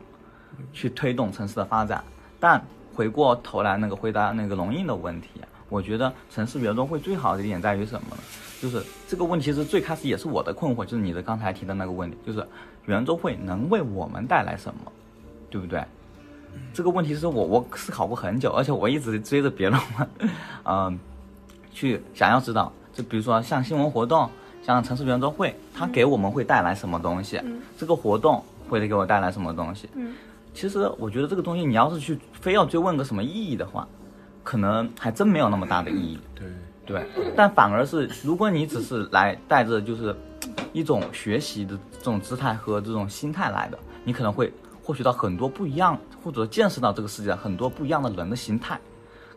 去推动城市的发展。但回过头来，那个回答那个龙印的问题，啊我觉得城市圆桌会最好的一点在于什么呢？就是这个问题是最开始也是我的困惑，就是你的刚才提的那个问题，就是圆桌会能为我们带来什么，对不对？这个问题是我我思考过很久，而且我一直追着别人问， 嗯，去想要知道，就比如说像新闻活动，像城市圆桌会，它给我们会带来什么东西？这个活动会给我带来什么东西？
嗯
其实我觉得这个东西，你要是去非要追问个什么意义的话，可能还真没有那么大的意义。
对，
对，但反而是如果你只是来带着就是一种学习的这种姿态和这种心态来的，你可能会获取到很多不一样，或者见识到这个世界上很多不一样的人的心态，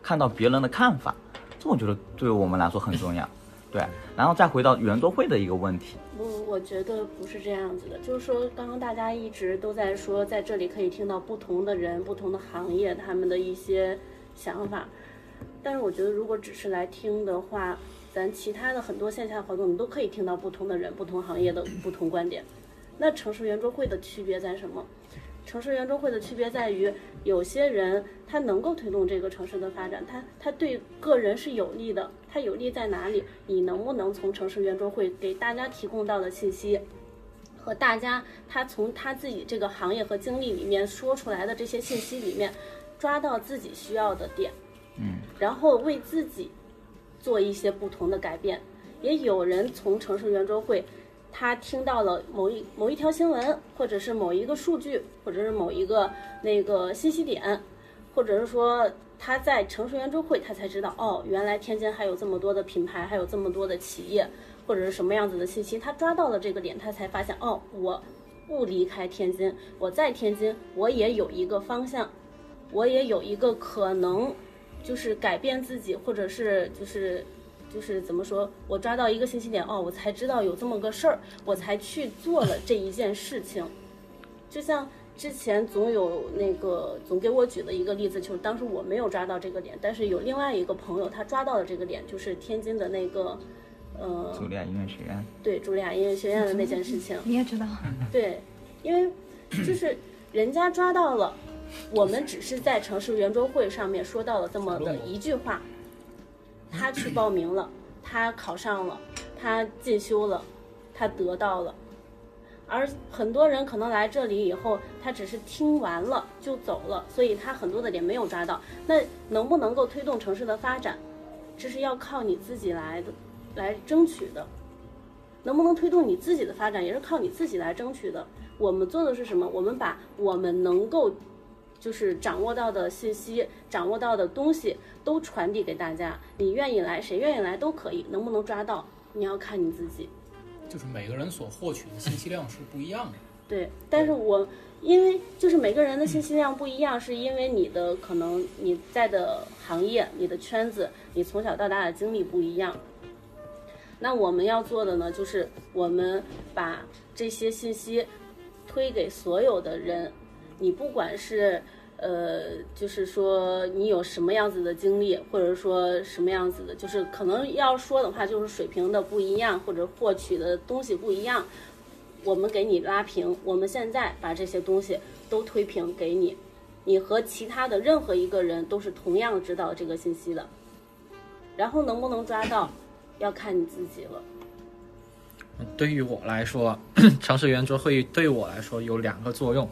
看到别人的看法，这我觉得对我们来说很重要。对，然后再回到圆桌会的一个问题，
我我觉得不是这样子的，就是说，刚刚大家一直都在说，在这里可以听到不同的人、不同的行业他们的一些想法，但是我觉得如果只是来听的话，咱其他的很多线下活动，你都可以听到不同的人、不同行业的不同观点。那城市圆桌会的区别在什么？城市圆桌会的区别在于，有些人他能够推动这个城市的发展，他他对个人是有利的，他有利在哪里？你能不能从城市圆桌会给大家提供到的信息，和大家他从他自己这个行业和经历里面说出来的这些信息里面，抓到自己需要的点，
嗯，
然后为自己做一些不同的改变。也有人从城市圆桌会，他听到了某一某一条新闻，或者是某一个数据，或者是某一个那个信息点，或者是说他在城市圆桌会，他才知道哦，原来天津还有这么多的品牌，还有这么多的企业，或者是什么样子的信息，他抓到了这个点，他才发现哦，我不离开天津，我在天津，我也有一个方向，我也有一个可能，就是改变自己，或者是就是就是怎么说，我抓到一个信息点哦，我才知道有这么个事儿，我才去做了这一件事情。就像之前总有那个总给我举的一个例子，就是当时我没有抓到这个点，但是有另外一个朋友他抓到了这个点，就是天津的那个，呃，
茱莉亚啊音乐学院，
对茱莉亚音乐学院的那件事情。
你也 知道，
对，因为就是人家抓到了，我们只是在城市圆桌会上面说到了这么的一句话，他去报名了，他考上了，他进修了，他得到了。而很多人可能来这里以后，他只是听完了就走了，所以他很多的点没有抓到。那能不能够推动城市的发展，这是要靠你自己来的，来争取的。能不能推动你自己的发展，也是靠你自己来争取的。我们做的是什么？我们把我们能够就是掌握到的信息、掌握到的东西都传递给大家。你愿意来，谁愿意来都可以。能不能抓到，你要看你自己。
就是每个人所获取的信息量是不一样的。
对，但是我因为就是每个人的信息量不一样，是因为你的可能你在的行业、你的圈子、你从小到大的经历不一样。那我们要做的呢，就是我们把这些信息推给所有的人，你不管是呃，就是说你有什么样子的经历，或者说什么样子的，就是可能要说的话，就是水平的不一样，或者获取的东西不一样，我们给你拉平。我们现在把这些东西都推平给你，你和其他的任何一个人都是同样知道这个信息的，然后能不能抓到，要看你自己了。
嗯对于我来说， 城市圆桌会议对我来说有两个作用。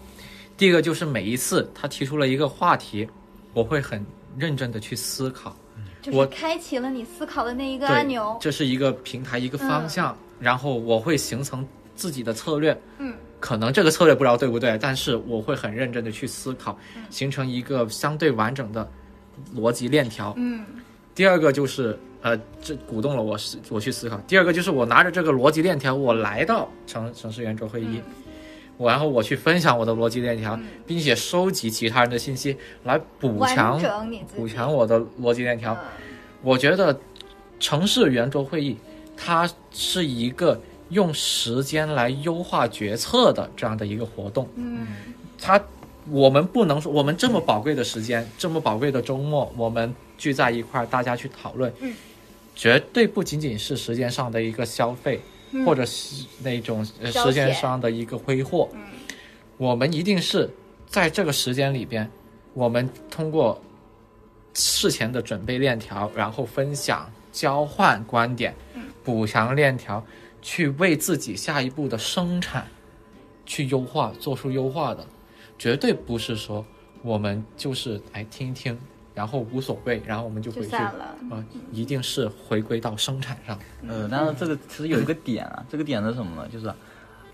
第一个就是每一次他提出了一个话题，我会很认真的去思考。
就是
我
开启了你思考的那一个
对，
按钮。
这是一个平台，一个方向，然后我会形成自己的策略。
嗯，
可能这个策略不知道对不对，但是我会很认真的去思考，
嗯
形成一个相对完整的逻辑链条。
嗯，
第二个就是呃，这鼓动了我思我去思考。第二个就是我拿着这个逻辑链条，我来到城城市圆桌会
嗯
议，我然后我去分享我的逻辑链条，并且收集其他人的信息来补强
完整你自己。
补强我的逻辑链条。
嗯
我觉得城市圆桌会议，它是一个用时间来优化决策的这样的一个活动。
嗯，
它我们不能说我们这么宝贵的时间，这么宝贵的周末，我们聚在一块儿，大家去讨论，
嗯
绝对不仅仅是时间上的一个消费，
嗯
或者是那种呃
消
时
遣
间上的一个挥霍，
嗯
我们一定是在这个时间里边，我们通过事前的准备链条，然后分享、交换观点、
嗯
补强链条，去为自己下一步的生产去优化，做出优化的，绝对不是说我们就是来听一听，然后无所谓，然后我们就
就
回去。
散了。
啊，一定是回归到生产上。
呃，但是这个其实有一个点啊，这个点是什么呢？就是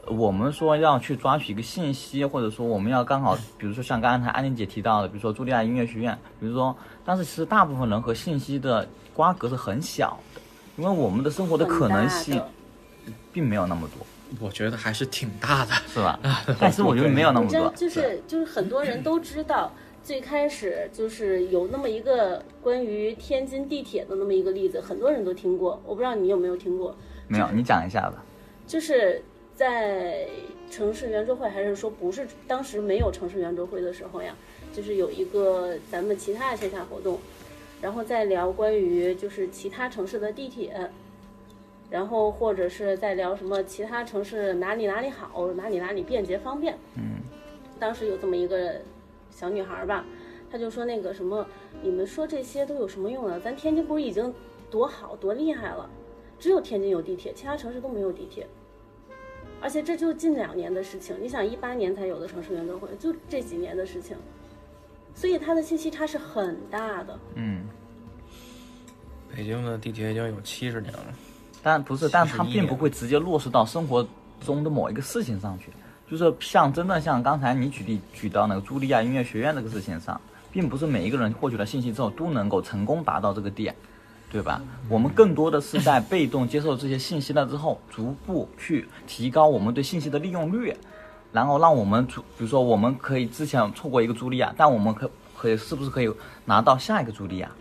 我们说要去抓取一个信息，或者说我们要刚好，比如说像刚才安妮姐提到的，比如说茱莉亚音乐学院，比如说，但是其实大部分人和信息的瓜葛是很小的，因为我们的生活的可能
很
性
大的
并没有那么多，
我觉得还是挺大的。
是 吧？但是我觉得没有那么
你知
多
道，，就是就是很多人都知道，最开始就是有那么一个关于天津地铁的那么一个例子，很多人都听过，我不知道你有没有听过，
没有，你讲一下吧。
就是在城市圆桌会，还是说不是当时没有城市圆桌会的时候呀？就是有一个咱们其他的线下活动，然后再聊关于就是其他城市的地铁，然后或者是在聊什么其他城市哪里哪里好，哪里哪里便捷方便。
嗯，
当时有这么一个小女孩儿吧，她就说那个什么，你们说这些都有什么用啊？咱天津不是已经多好多厉害了，只有天津有地铁，其他城市都没有地铁。而且这就近两年的事情。你想，一八年才有的城市圆桌会，就这几年的事情，所以它的信息差是很大的。
嗯，
北京的地铁已经有七十年了，
但不是，但它
11
并不会直接落实到生活中的某一个事情上去，就是像真的像刚才你举例举到那个茱莉亚音乐学院这个事情上，并不是每一个人获取了信息之后都能够成功达到这个点，对吧？我们更多的是在被动接受这些信息了之后，逐步去提高我们对信息的利用率，然后让我们逐，比如说我们可以之前错过一个茱莉亚，但我们可可以是不是可以拿到下一个茱莉亚，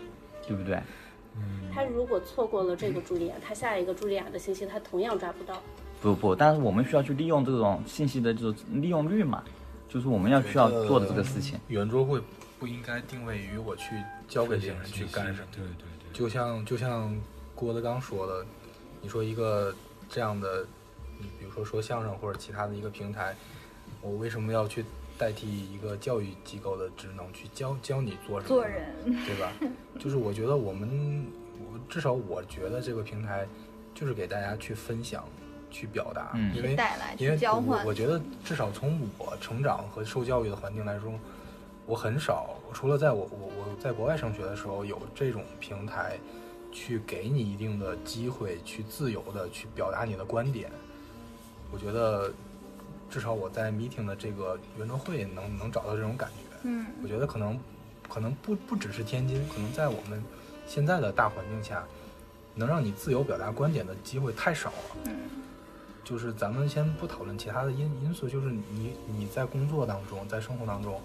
对不对？
他如果错过了这个茱莉亚，他下一个茱莉亚的信息他同样抓不到。
不不，但是我们需要去利用这种信息的就是利用率嘛，就是我们要需要做的这个事情。
圆桌会不应该定位于我去教给别人去干什么。
对对对。
就像就像郭德纲说的，你说一个这样的，你比如说说相声或者其他的一个平台，我为什么要去代替一个教育机构的职能去教教你做什么呢
做 人，
对 吧？就是我觉得我们，我至少我觉得这个平台就是给大家去分享、去表达，
嗯
因为
带来
因为
去交
我
换
我，觉得至少从我成长和受教育的环境来说，我很少，除了在我我我在国外上学的时候有这种平台，去给你一定的机会去自由的去表达你的观点。我觉得至少我在 meeting 的这个圆桌会能能找到这种感觉。
嗯，
我觉得可能可能不不只是天津，可能在我们现在的大环境下，能让你自由表达观点的机会太少了。
嗯
就是咱们先不讨论其他的因因素，就是你你在工作当中，在生活当中，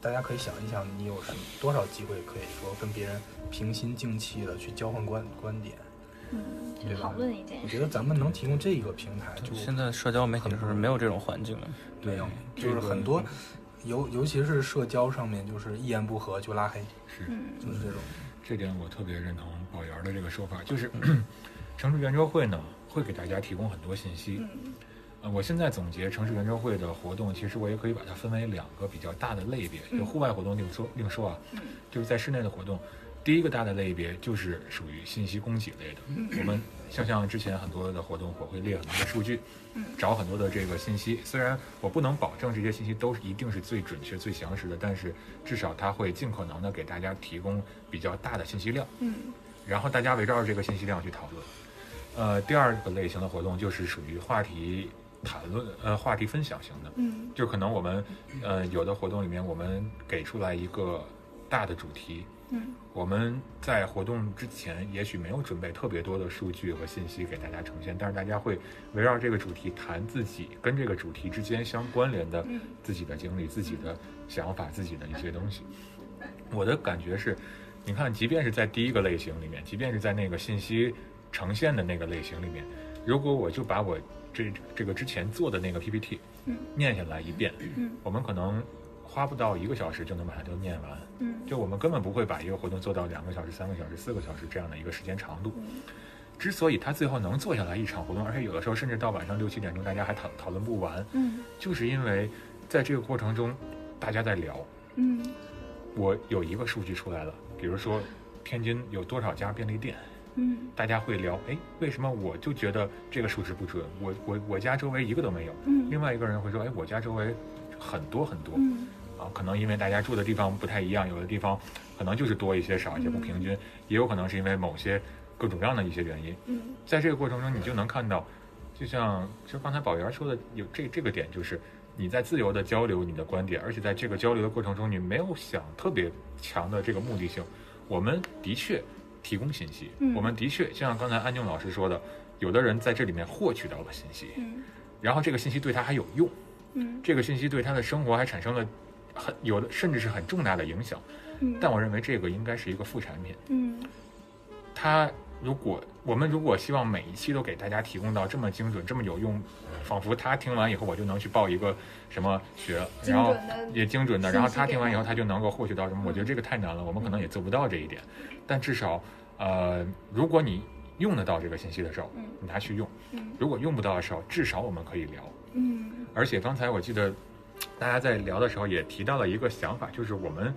大家可以想一想，你有什么多少机会可以说跟别人平心静气的去交换观观点？
嗯，
对
去
吧
讨论一件
我
事。
觉得咱们能提供这个平台，就
现在社交媒体是没有这种环境了。
没有，就是很
嗯
多，尤尤其是社交上面，就是一言不合就拉黑，
嗯
就是这种。
这点我特别认同宝源的这个说法，就是 城市圆桌会呢会给大家提供很多信息。
嗯
呃，我现在总结城市圆桌会的活动，其实我也可以把它分为两个比较大的类别，
嗯
就户外活动另说另说啊，就是在室内的活动。第一个大的类别就是属于信息供给类的，我们像像之前很多的活动，我会列很多的数据，找很多的这个信息。虽然我不能保证这些信息都是一定是最准确、最详实的，但是至少它会尽可能的给大家提供比较大的信息量。
嗯
然后大家围绕着这个信息量去讨论。呃，第二个类型的活动就是属于话题谈论，呃，话题分享型的，
嗯
就可能我们，呃，有的活动里面我们给出来一个大的主题，
嗯，
我们在活动之前也许没有准备特别多的数据和信息给大家呈现，但是大家会围绕这个主题谈自己跟这个主题之间相关联的
嗯
自己的经历、自己的想法、自己的一些东西。我的感觉是，你看，即便是在第一个类型里面，即便是在那个信息呈现的那个类型里面，如果我就把我这这个之前做的那个 PPT
嗯
念下来一遍，
嗯
我们可能花不到一个小时就能把它都念完。
嗯
就我们根本不会把一个活动做到两个小时、三个小时、四个小时这样的一个时间长度。之所以它最后能做下来一场活动，而且有的时候甚至到晚上六七点钟大家还讨讨论不完，
嗯
就是因为在这个过程中大家在聊。
嗯
我有一个数据出来了，比如说天津有多少家便利店，
嗯
大家会聊，哎，为什么我就觉得这个数值不准？我我我家周围一个都没有。
嗯
另外一个人会说，哎，我家周围很多很多。
嗯
啊，可能因为大家住的地方不太一样，有的地方可能就是多一些、少一些，不平均，也有可能是因为某些各种各样的一些原因。
嗯
在这个过程中，你就能看到，就像就刚才宝源说的，有这这个点就是你在自由的交流你的观点，而且在这个交流的过程中，你没有想特别强的这个目的性。我们的确提供信息，
嗯
我们的确就像刚才安静老师说的，有的人在这里面获取到了信息，
嗯
然后这个信息对他还有用。
嗯
这个信息对他的生活还产生了很有的甚至是很重大的影响。
嗯，
但我认为这个应该是一个副产品。
嗯
它如果我们如果希望每一期都给大家提供到这么精准、这么有用，仿佛他听完以后我就能去报一个什么学，
精
然后
准的
也精准的，
信息
然后他听完以后
给到
他就能够获取到什么，我觉得这个太难了，我们可能也做不到这一点。但至少，呃，如果你用得到这个信息的时候
嗯，
你拿去用；
嗯
如果用不到的时候，至少我们可以聊。
嗯
而且刚才我记得大家在聊的时候也提到了一个想法，就是我们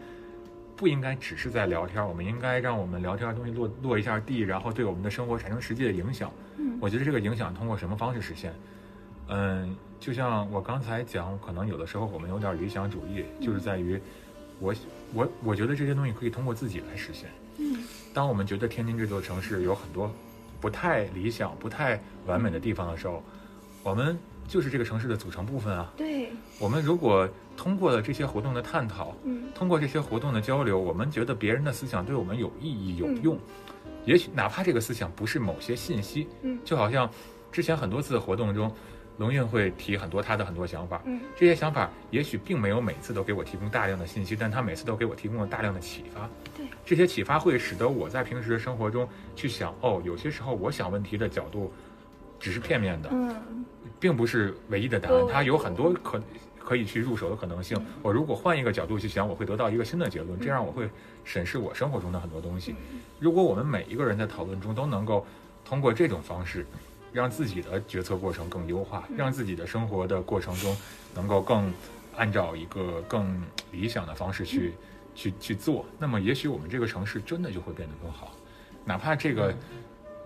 不应该只是在聊天，我们应该让我们聊天的东西落落一下地，然后对我们的生活产生实际的影响。
嗯
我觉得这个影响通过什么方式实现？嗯，就像我刚才讲，可能有的时候我们有点理想主义，就是在于我我我觉得这些东西可以通过自己来实现。
嗯，
当我们觉得天津这座城市有很多不太理想、不太完美的地方的时候，我们就是这个城市的组成部分啊。
对，
我们如果通过了这些活动的探讨，
嗯
通过这些活动的交流，我们觉得别人的思想对我们有意义、有
嗯
用。也许哪怕这个思想不是某些信息，
嗯
就好像之前很多次的活动中，龙运会提很多他的很多想法。
嗯
这些想法也许并没有每次都给我提供大量的信息，但他每次都给我提供了大量的启发。
对，
这些启发会使得我在平时的生活中去想，哦，有些时候我想问题的角度只是片面的，
嗯
并不是唯一的答案
对，
它有很多可可以去入手的可能性。我如果换一个角度去想，我会得到一个新的结论，这样我会审视我生活中的很多东西。如果我们每一个人在讨论中都能够通过这种方式，让自己的决策过程更优化，让自己的生活的过程中能够更按照一个更理想的方式去去去做，那么也许我们这个城市真的就会变得更好，哪怕这个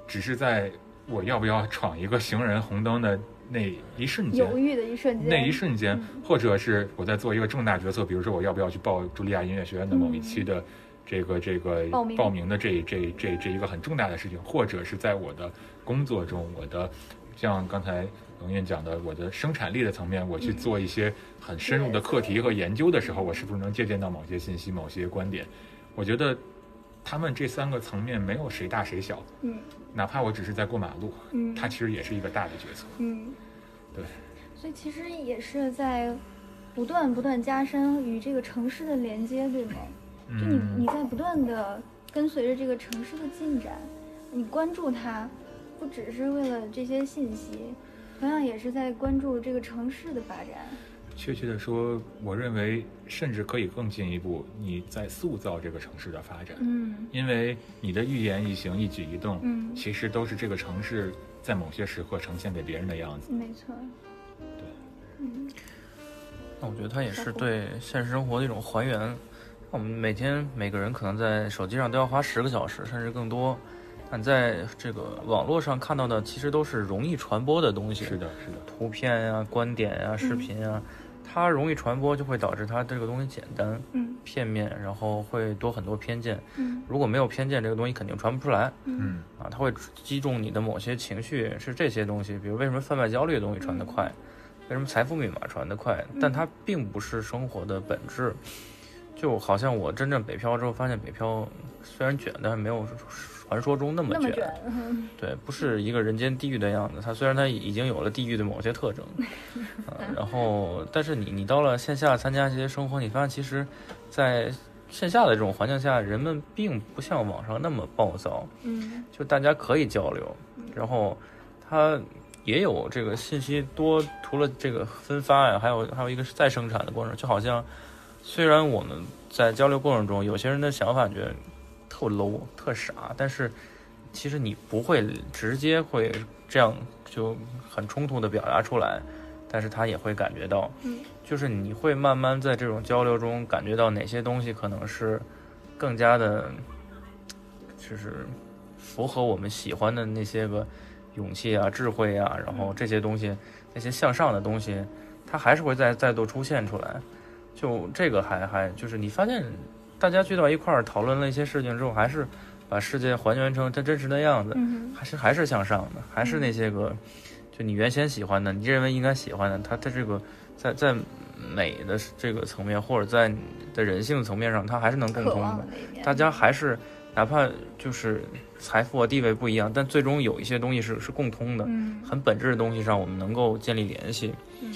只是在我要不要闯一个行人红灯的那一瞬间，
犹豫的一瞬间，
那一瞬间
嗯，
或者是我在做一个重大决策，比如说我要不要去报茱莉亚音乐学院的某一期的这个这个
嗯报名
报名的这这这这一个很重大的事情，或者是在我的工作中，我的像刚才龙燕讲的，我的生产力的层面，我去
嗯
做一些很深入的课题和研究的时候，我是不是能借鉴到某些信息、某些观点？我觉得他们这三个层面没有谁大谁小，
嗯
哪怕我只是在过马路，
嗯
它其实也是一个大的决策。
嗯，
对，
所以其实也是在不断不断加深与这个城市的连接，对吗？就你
嗯
你在不断的跟随着这个城市的进展，你关注它，不只是为了这些信息，同样也是在关注这个城市的发展。
确切的说，我认为甚至可以更进一步，你在塑造这个城市的发展，
嗯
因为你的一言一行、一举一动，
嗯
其实都是这个城市在某些时刻呈现给别人的样子。
没错。
对，
嗯
那我觉得它也是对现实生活的一种还原。我们每天每个人可能在手机上都要花十个小时，甚至更多。但在这个网络上看到的，其实都是容易传播的东西，
是的，是的，
图片呀、观点呀、视频呀、它容易传播，就会导致它这个东西简单、
嗯
片面，然后会多很多偏见。
嗯
如果没有偏见，这个东西肯定传不出来。
嗯，
啊，它会击中你的某些情绪，是这些东西，比如为什么贩卖焦虑的东西传得快，
嗯
为什么财富密码传得快，但它并不是生活的本质。就好像我真正北漂之后，发现北漂虽然卷，但是没有传说中那么
那
卷。
么卷，嗯
对，不是一个人间地狱的样子。它虽然它已经有了地狱的某些特征， 啊、然后但是你你到了线下参加一些生活，你发现其实，在线下的这种环境下，人们并不像网上那么暴躁。
嗯
就大家可以交流，然后它也有这个信息多，除了这个分发呀，还有还有一个是再生产的过程，就好像虽然我们在交流过程中，有些人的想法觉得特 low、特傻，但是其实你不会直接会这样就很冲突的表达出来，但是他也会感觉到，
嗯
就是你会慢慢在这种交流中感觉到哪些东西可能是更加的，就是符合我们喜欢的那些个勇气啊、智慧啊，然后这些东西，那些向上的东西，它还是会再再度出现出来。就这个还还就是你发现大家聚到一块儿讨论了一些事情之后，还是把世界还原成它真实的样子，
嗯
还是还是向上的，还是那些个，就你原先喜欢的，你认为应该喜欢的，它它这个在在美的这个层面，或者在你的人性层面上，它还是能
哼，
共
渴
通
望
的
的。那一面，
大家还是哪怕就是财富啊地位不一样，但最终有一些东西是是共通的，
嗯
很本质的东西上我们能够建立联系，
嗯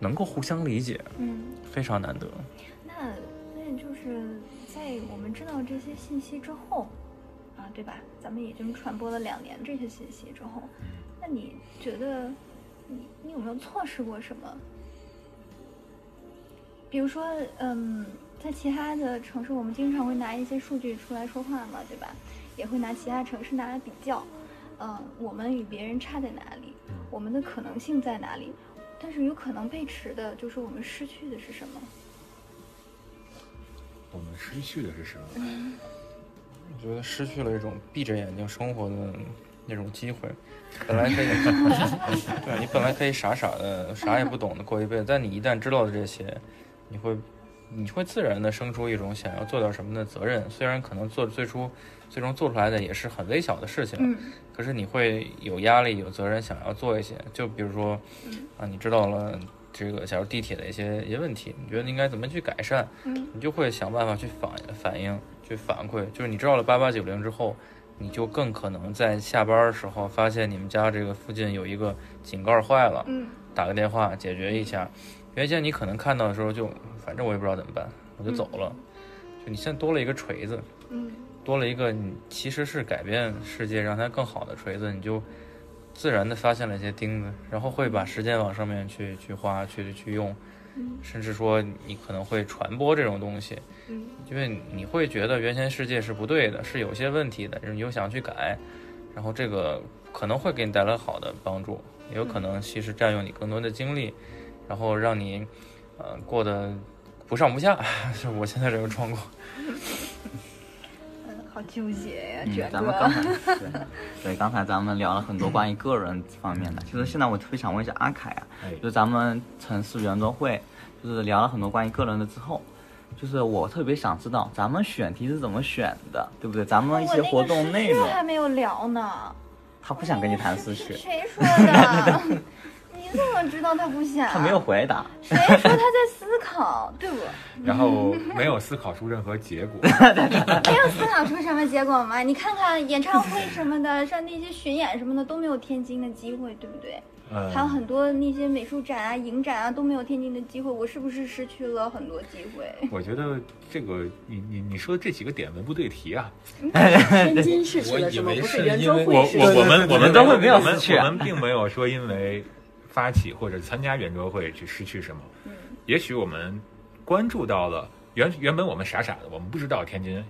能够互相理解，
嗯。
非常难得。
那那就是在我们知道这些信息之后，啊，对吧？咱们已经传播了两年这些信息之后，那你觉得你你有没有错失过什么？比如说，嗯，在其他的城市，我们经常会拿一些数据出来说话嘛，对吧？也会拿其他城市拿来比较，嗯，我们与别人差在哪里？我们的可能性在哪里？但是有可能背驰的就是我们失去的是什么？
我们失去的是什么？
我觉得失去了一种闭着眼睛生活的那种机 会。本来可以， 对你本来可以傻傻的、啥也不懂的过一辈子，但你一旦知道了这些，你会，你会自然的生出一种想要做点什么的责任。虽然可能做最初，最终做出来的也是很微小的事情，
嗯
可是你会有压力、有责任，想要做一些。就比如说，啊，你知道了这个，假如地铁的一些一些问题，你觉得应该怎么去改善，
嗯
你就会想办法去反反应、去反馈。就是你知道了八八九零之后，你就更可能在下班的时候发现你们家这个附近有一个井盖坏了，
嗯
打个电话解决一下。原先你可能看到的时候就，反正我也不知道怎么办，我就走了。就你现在多了一个锤子，
嗯
多了一个你其实是改变世界让它更好的锤子，你就自然的发现了一些钉子，然后会把时间往上面去去花去去用，甚至说你可能会传播这种东西，
嗯
因为你会觉得原先世界是不对的，是有些问题的，你又想去改，然后这个可能会给你带来好的帮助，也有可能其实占用你更多的精力，然后让你呃过得不上不下，就是我现在这个状况。
嗯， 好纠结呀，
嗯
卷，
咱们
哥
刚。才 对对，刚才咱们聊了很多关于个人方面的。其实现在我特别想问一下阿凯啊，
哎
就是咱们城市圆桌会，就是聊了很多关于个人的之后，就是我特别想知道咱们选题是怎么选的，对不对？咱们一些活动内容
我那个时，序还没有聊呢。
他不想跟你谈思绪，
谁说 的？你怎么知道他不想？
他没有。回答。
谁说他在思考？对 不？
然后没有思考出任何结果。
没有思考出什么结果吗？你看看演唱会什么的，像那些巡演什么的都没有天津的机会，对不对？
呃
嗯
还有很多那些美术展啊、影展啊都没有天津的机会，我是不是失去了很多机会？
我觉得这个你你你说的这几个点文不对题啊，
天津市区的什么不是圆桌会市
我我们我们
都会没有
我们
失去啊
我们并没有说因为发起或者参加圆桌会去失去什么。也许我们关注到了原原本我们傻傻的，我们不知道天津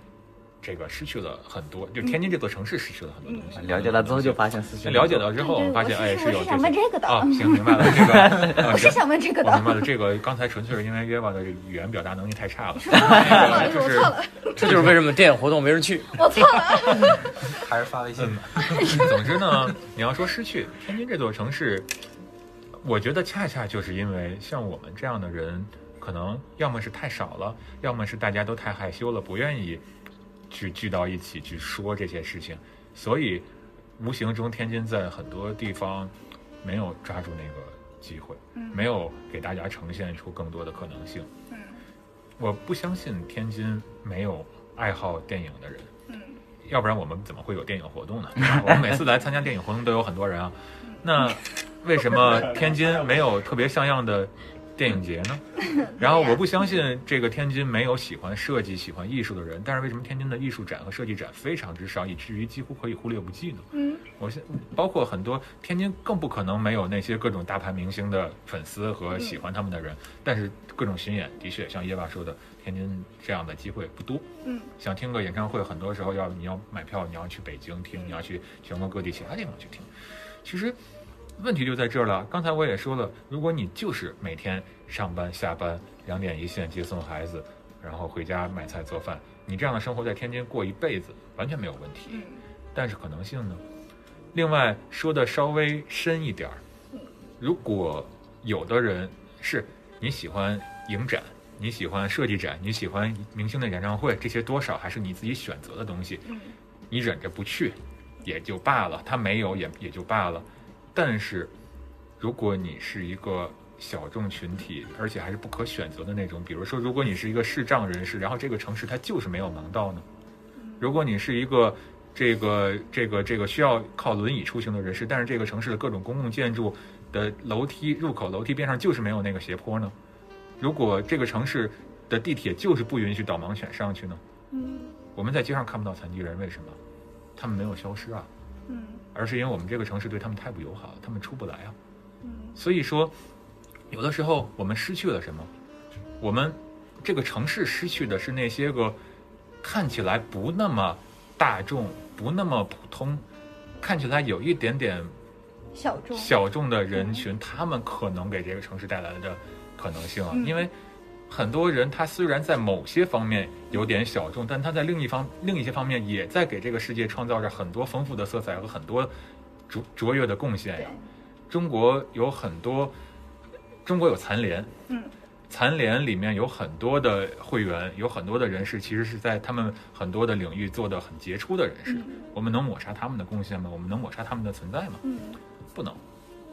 这个失去了很多，就天津这座城市失去了很多东西。
了解了之后就发现思绪。
了解到之后，
对对
我们发现
我是
哎
我
有
是想问这个的
啊，行明白了这个
我
呃
是想问这个
我明白
的。
了，这个刚才纯粹是因为约望的语言表达能力太差了，
不好意思，我
就是
错了，
这就是为什么电影活动没人去。
我错了。
还是发微信吧。
总之呢，你要说失去天津这座城市，我觉得恰恰就是因为像我们这样的人，可能要么是太少了，要么是大家都太害羞了，不愿意去聚到一起去说这些事情，所以无形中天津在很多地方没有抓住那个机会，没有给大家呈现出更多的可能性。
嗯
我不相信天津没有爱好电影的人。
嗯
要不然我们怎么会有电影活动呢？对吧我们每次来参加电影活动都有很多人啊，那为什么天津没有特别像样的电影节呢？然后我不相信这个天津没有喜欢设计、喜欢艺术的人，但是为什么天津的艺术展和设计展非常之少，以至于几乎可以忽略不计呢？
嗯，
我现包括很多天津更不可能没有那些各种大牌明星的粉丝和喜欢他们的人，但是各种巡演的确像叶爸说的，天津这样的机会不多。
嗯，
想听个演唱会，很多时候要你要买票，你要去北京听，你要去全国各地其他地方去听。其实问题就在这儿了。刚才我也说了，如果你就是每天上班下班两点一线接送孩子，然后回家买菜做饭，你这样的生活在天津过一辈子完全没有问题。
嗯
但是可能性呢？另外说的稍微深一点儿，如果有的人是你喜欢影展，你喜欢设计展，你喜欢明星的演唱会，这些多少还是你自己选择的东西，你忍着不去也就罢了，他没有也也就罢了。但是如果你是一个小众群体，而且还是不可选择的那种，比如说，如果你是一个视障人士，然后这个城市它就是没有盲道呢？如果你是一个这个这个这个需要靠轮椅出行的人士，但是这个城市的各种公共建筑的楼梯入口楼梯边上就是没有那个斜坡呢？如果这个城市的地铁就是不允许导盲犬上去呢？
嗯
我们在街上看不到残疾人，为什么？他们没有消失啊，
嗯
而是因为我们这个城市对他们太不友好了，他们出不来啊。
嗯
所以说，有的时候我们失去了什么？我们这个城市失去的是那些个看起来不那么大众、不那么普通、看起来有一点点
小众。
小众的人群，他们可能给这个城市带来的可能性啊。
嗯
因为很多人他虽然在某些方面有点小众，但他在另一方另一些方面也在给这个世界创造着很多丰富的色彩和很多卓卓越的贡献呀。中国有很多，中国有残联，
嗯，
残联里面有很多的会员，有很多的人士，其实是在他们很多的领域做的很杰出的人士。我们能抹杀他们的贡献吗？我们能抹杀他们的存在吗？
嗯，
不能。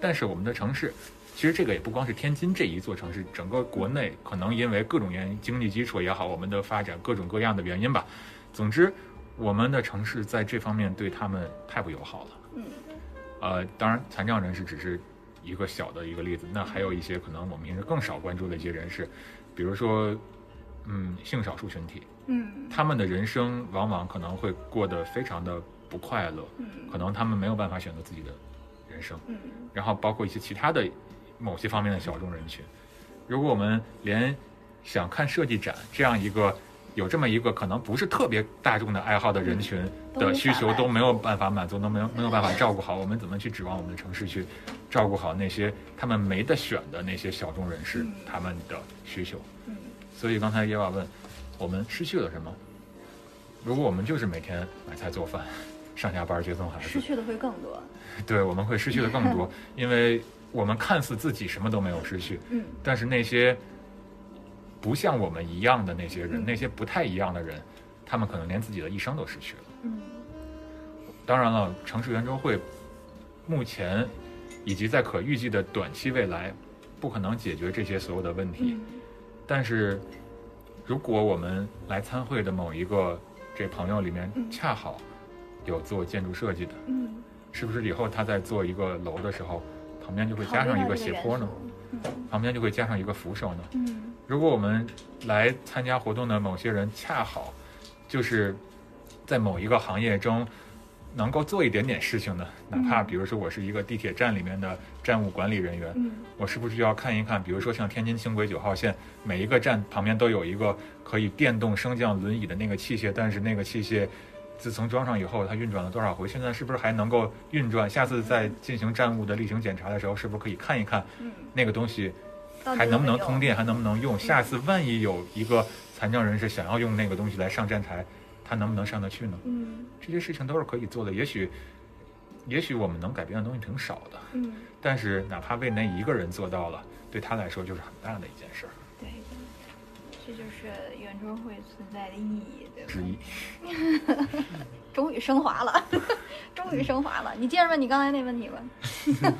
但是我们的城市，其实这个也不光是天津这一座城市，整个国内可能因为各种原因，经济基础也好，我们的发展各种各样的原因吧。总之，我们的城市在这方面对他们太不友好了。
嗯，
呃，当然，残障人士只是一个小的一个例子，那还有一些可能我们平时更少关注的一些人士，比如说，嗯，性少数群体，
嗯
他们的人生往往可能会过得非常的不快乐，可能他们没有办法选择自己的人生。
嗯
然后包括一些其他的某些方面的小众人群。如果我们连想看设计展这样一个有这么一个可能不是特别大众的爱好的人群的需求
都
都没有办法满足，都没有没有办法照顾好，我们怎么去指望我们的城市去照顾好那些他们没得选的那些小众人士
嗯
他们的需求？
嗯
所以刚才野娃问，我们失去了什么？如果我们就是每天买菜做饭、上下班接送孩子
失，去的会更多。
对，我们会失去的 更多，因为我们看似自己什么都没有失去，
嗯
但是那些不像我们一样的那些人，
嗯
那些不太一样的人，他们可能连自己的一生都失去了。
嗯
当然了，城市圆桌会目前以及在可预计的短期未来，不可能解决这些所有的问题。
嗯
但是，如果我们来参会的某一个这朋友里面
嗯
恰好有做建筑设计的，
嗯，
是不是以后他在做一个楼的时候，旁边就会
考
加
虑
上一
到
个
这
斜
元
坡呢
素？嗯
旁边就会加上一个扶手呢？
嗯
如果我们来参加活动的某些人恰好就是在某一个行业中能够做一点点事情的，哪怕比如说我是一个地铁站里面的站务管理人员，
嗯
我是不是就要看一看，比如说像天津轻轨九号线，每一个站旁边都有一个可以电动升降轮椅的那个器械，但是那个器械自从装上以后，它运转了多少回，现在是不是还能够运转？下次在进行站务的例行检查的时候，是不是可以看一看
嗯，
那个东西
到底
还能不
有
能
没有
通？电，还能不能用？下次万一有一个残障人士想要用那个东西来上站台，他能不能上得去呢？
嗯
这些事情都是可以做的，也许，也许我们能改变的东西挺少的。
嗯，
但是哪怕为那一个人做到了，对他来说就是很大的一件事儿
对，这就是圆桌会存在的意义，对吧
之？一。
终于升华了， 终于升华了。你接着问你刚才那问题吧。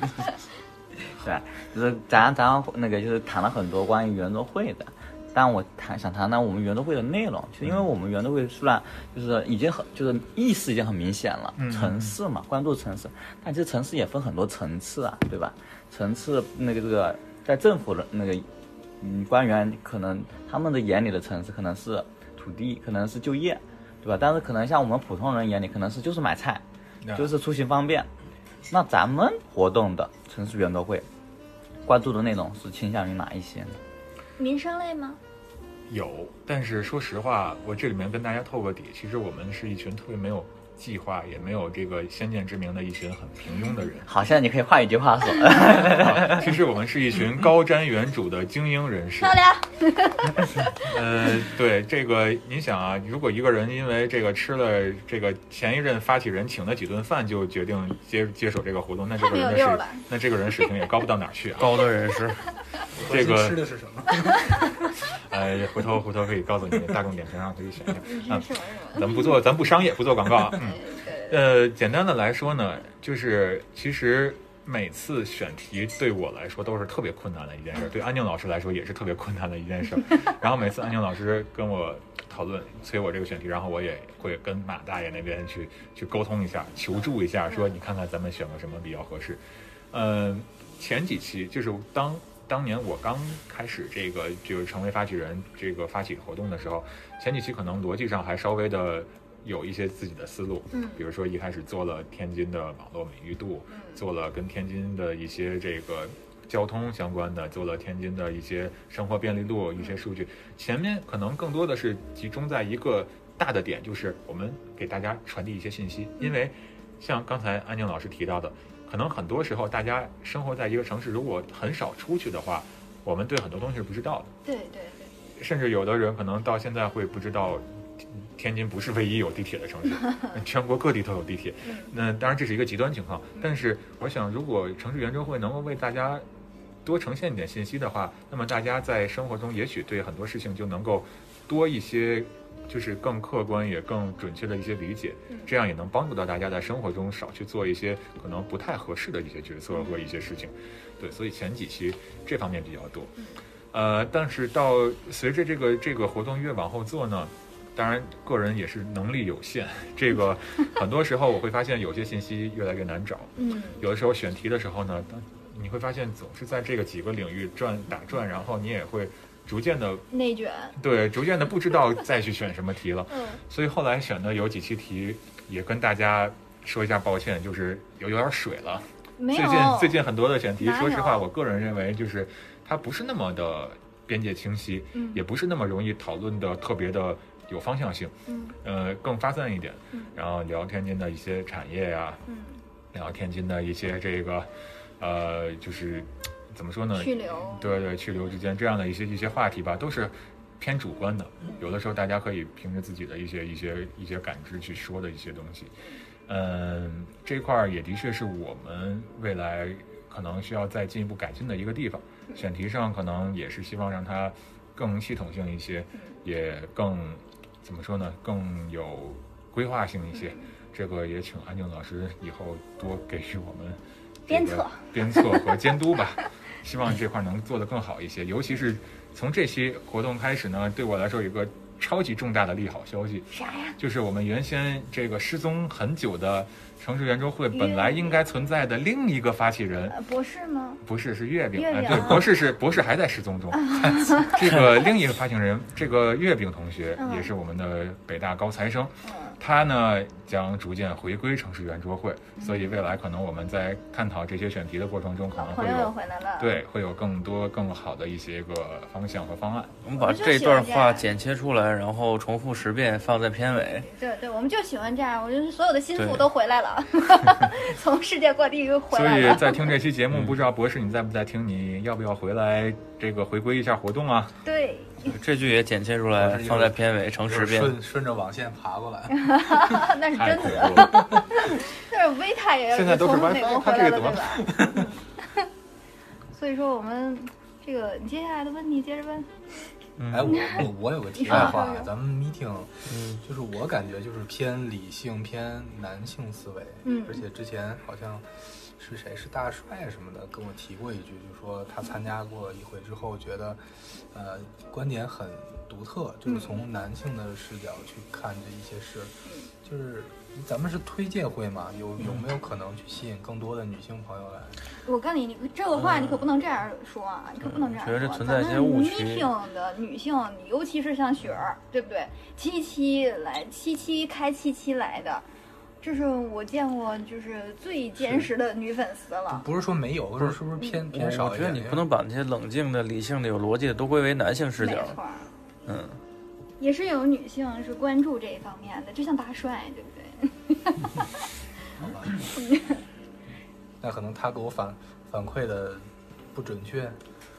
对，就是咱咱那个就是谈了很多关于圆桌会的，但我谈想谈谈我们圆桌会的内容，就因为我们圆桌会虽然就是已经很就是意思已经很明显了，
嗯
城市嘛，关注城市，但其实城市也分很多层次啊，对吧？层次那个这个在政府的那个嗯官员可能他们的眼里的城市可能是土地，可能是就业，对吧？但是可能像我们普通人眼里可能是就是买菜，就是出行方便。那咱们活动的城市圆桌会，关注的内容是倾向于哪一些呢？
民生类吗？
有，但是说实话，我这里面跟大家透个底，其实我们是一群特别没有计划，也没有这个先见之明的一群很平庸的人。
好，现在你可以换一句 话说，
啊其实我们是一群高瞻远瞩的精英人士。
漂亮。
呃，对这个，你想啊，如果一个人因为这个吃了这个前一任发起人请的几顿饭，就决定接接手这个活动，那这个人的
太没有溜
水
了，
那这个人水平也高不到哪儿去啊。
高端人士，
核
这
心
个
吃的是什么？
呃，回头回头可以告诉你大众点评上可以选一
你
下。
是什么什
啊，
么？
咱不做，咱不商业，不做广告啊。嗯，
对，
呃，简单的来说呢，就是其实每次选题对我来说都是特别困难的一件事，对安静老师来说也是特别困难的一件事。然后每次安静老师跟我讨论催我这个选题，然后我也会跟马大爷那边去去沟通一下，求助一下，说你看看咱们选个什么比较合适。嗯，前几期就是当当年我刚开始这个就是成为发起人这个发起活动的时候，前几期可能逻辑上还稍微的有一些自己的思路，
嗯
比如说一开始做了天津的网络美誉度，做了跟天津的一些这个交通相关的，做了天津的一些生活便利度一些数据，前面可能更多的是集中在一个大的点，就是我们给大家传递一些信息，因为像刚才安静老师提到的，可能很多时候大家生活在一个城市，如果很少出去的话，我们对很多东西是不知道的。
对对对，
甚至有的人可能到现在会不知道，天天津不是唯一有地铁的城市，全国各地都有地铁。
嗯
那当然这是一个极端情况，但是我想，如果城市圆周会能够为大家多呈现一点信息的话，那么大家在生活中也许对很多事情就能够多一些。就是更客观也更准确的一些理解，这样也能帮助到大家在生活中少去做一些可能不太合适的一些决策和一些事情。对，所以前几期这方面比较多。呃，但是到随着这个这个活动越往后做呢，当然个人也是能力有限， 这个很多时候我会发现有些信息越来越难找。
嗯，
有的时候选题的时候呢，当你会发现总是在这个几个领域转打转，然后你也会逐渐的
内卷，
对，逐渐的不知道再去选什么题了。
嗯，
所以后来选的有几期题，也跟大家说一下抱歉，就是有有点水了。
没
最
有
近最近很多的选题，
哪有
说实话，我个人认为就是它不是那么的边界清晰，
嗯
也不是那么容易讨论的特别的有方向性，
嗯
呃，更发散一点。
嗯
然后聊天津的一些产业呀、
嗯，
聊天津的一些这个，呃，就是怎么说呢？
去留，
对对，去留之间这样的一些一些话题吧，都是偏主观的。
嗯
有的时候大家可以凭着自己的一些一些一些感知去说的一些东西。嗯，这块儿也的确是我们未来可能需要再进一步改进的一个地方。
嗯
选题上可能也是希望让它更系统性一些，
嗯
也更怎么说呢，更有规划性一些。
嗯
这个也请安静老师以后多给予我们这
鞭
个
策、
鞭策和监督吧。希望这块能做得更好一些，尤其是从这期活动开始呢，对我来说有一个超级重大的利好消息，
啥呀？
就是我们原先这个失踪很久的城市圆桌会本来应该存在的另一个发起人，
呃，博士吗？
不是是月饼，
月饼啊
哎对，博士是博士还在失踪中， 这个另一个发行人，这个月饼同学
嗯
也是我们的北大高材生，
嗯
他呢将逐渐回归城市圆桌会，所以未来可能我们在探讨这些选题的过程中，可
老
能
啊朋
会
友
有
又回来了。，
对，会有更多更好的一些个方向和方案。
我们把这段话剪切出来，然后重复十遍，放在片尾。
对对，我们就喜欢这样。我就是所有的心腹
对
都回来 了，从世界各地又回
所
来
以
了。
在听这期节
嗯
目，不知道博士你在不在听？你要不要回来这个回归一下活动啊？
对，
这句也剪切出来，放在片尾成十遍。
顺顺着网线爬过来，
啊那是
太
真
恐
的。
怖了！
但是维塔也
现在都是
从
WiFi，
美国
它
回
这
来
个
了，
怎么
对吧？嗯 所以说我们这个你接下来的问题接着问。
嗯
哎，我我我有个题
你说
外话啊
你，
啊
说
咱们 meeting，就是
嗯
我感觉就是偏理性、偏男性思维，
嗯
而且之前好像是谁是大帅什么的跟我提过一句，就说他参加过一回之后觉得，呃，观点很独特，就是从男性的视角去看这一些事，就是咱们是推介会嘛，有
嗯
有没有可能去吸引更多的女性朋友来？
我告诉你，你这个话你
嗯
可不能这样说啊，你可不能这样说。
觉得嗯存在一些误区
咱们 meeting 的女性，尤其是像雪儿，对不对？七七来，七七开七七来的，这是我见过就是最坚实的女粉丝
就
了。
不是说没有，是是不是偏偏
嗯我
少一
觉得
点？
你不能把那些冷静的、理性的、有逻辑的都归为男性视
没
角。
错儿，
嗯，
也是有女性是关注这一方面的，就像大帅，对不对？
那可能他给我反反馈的不准确。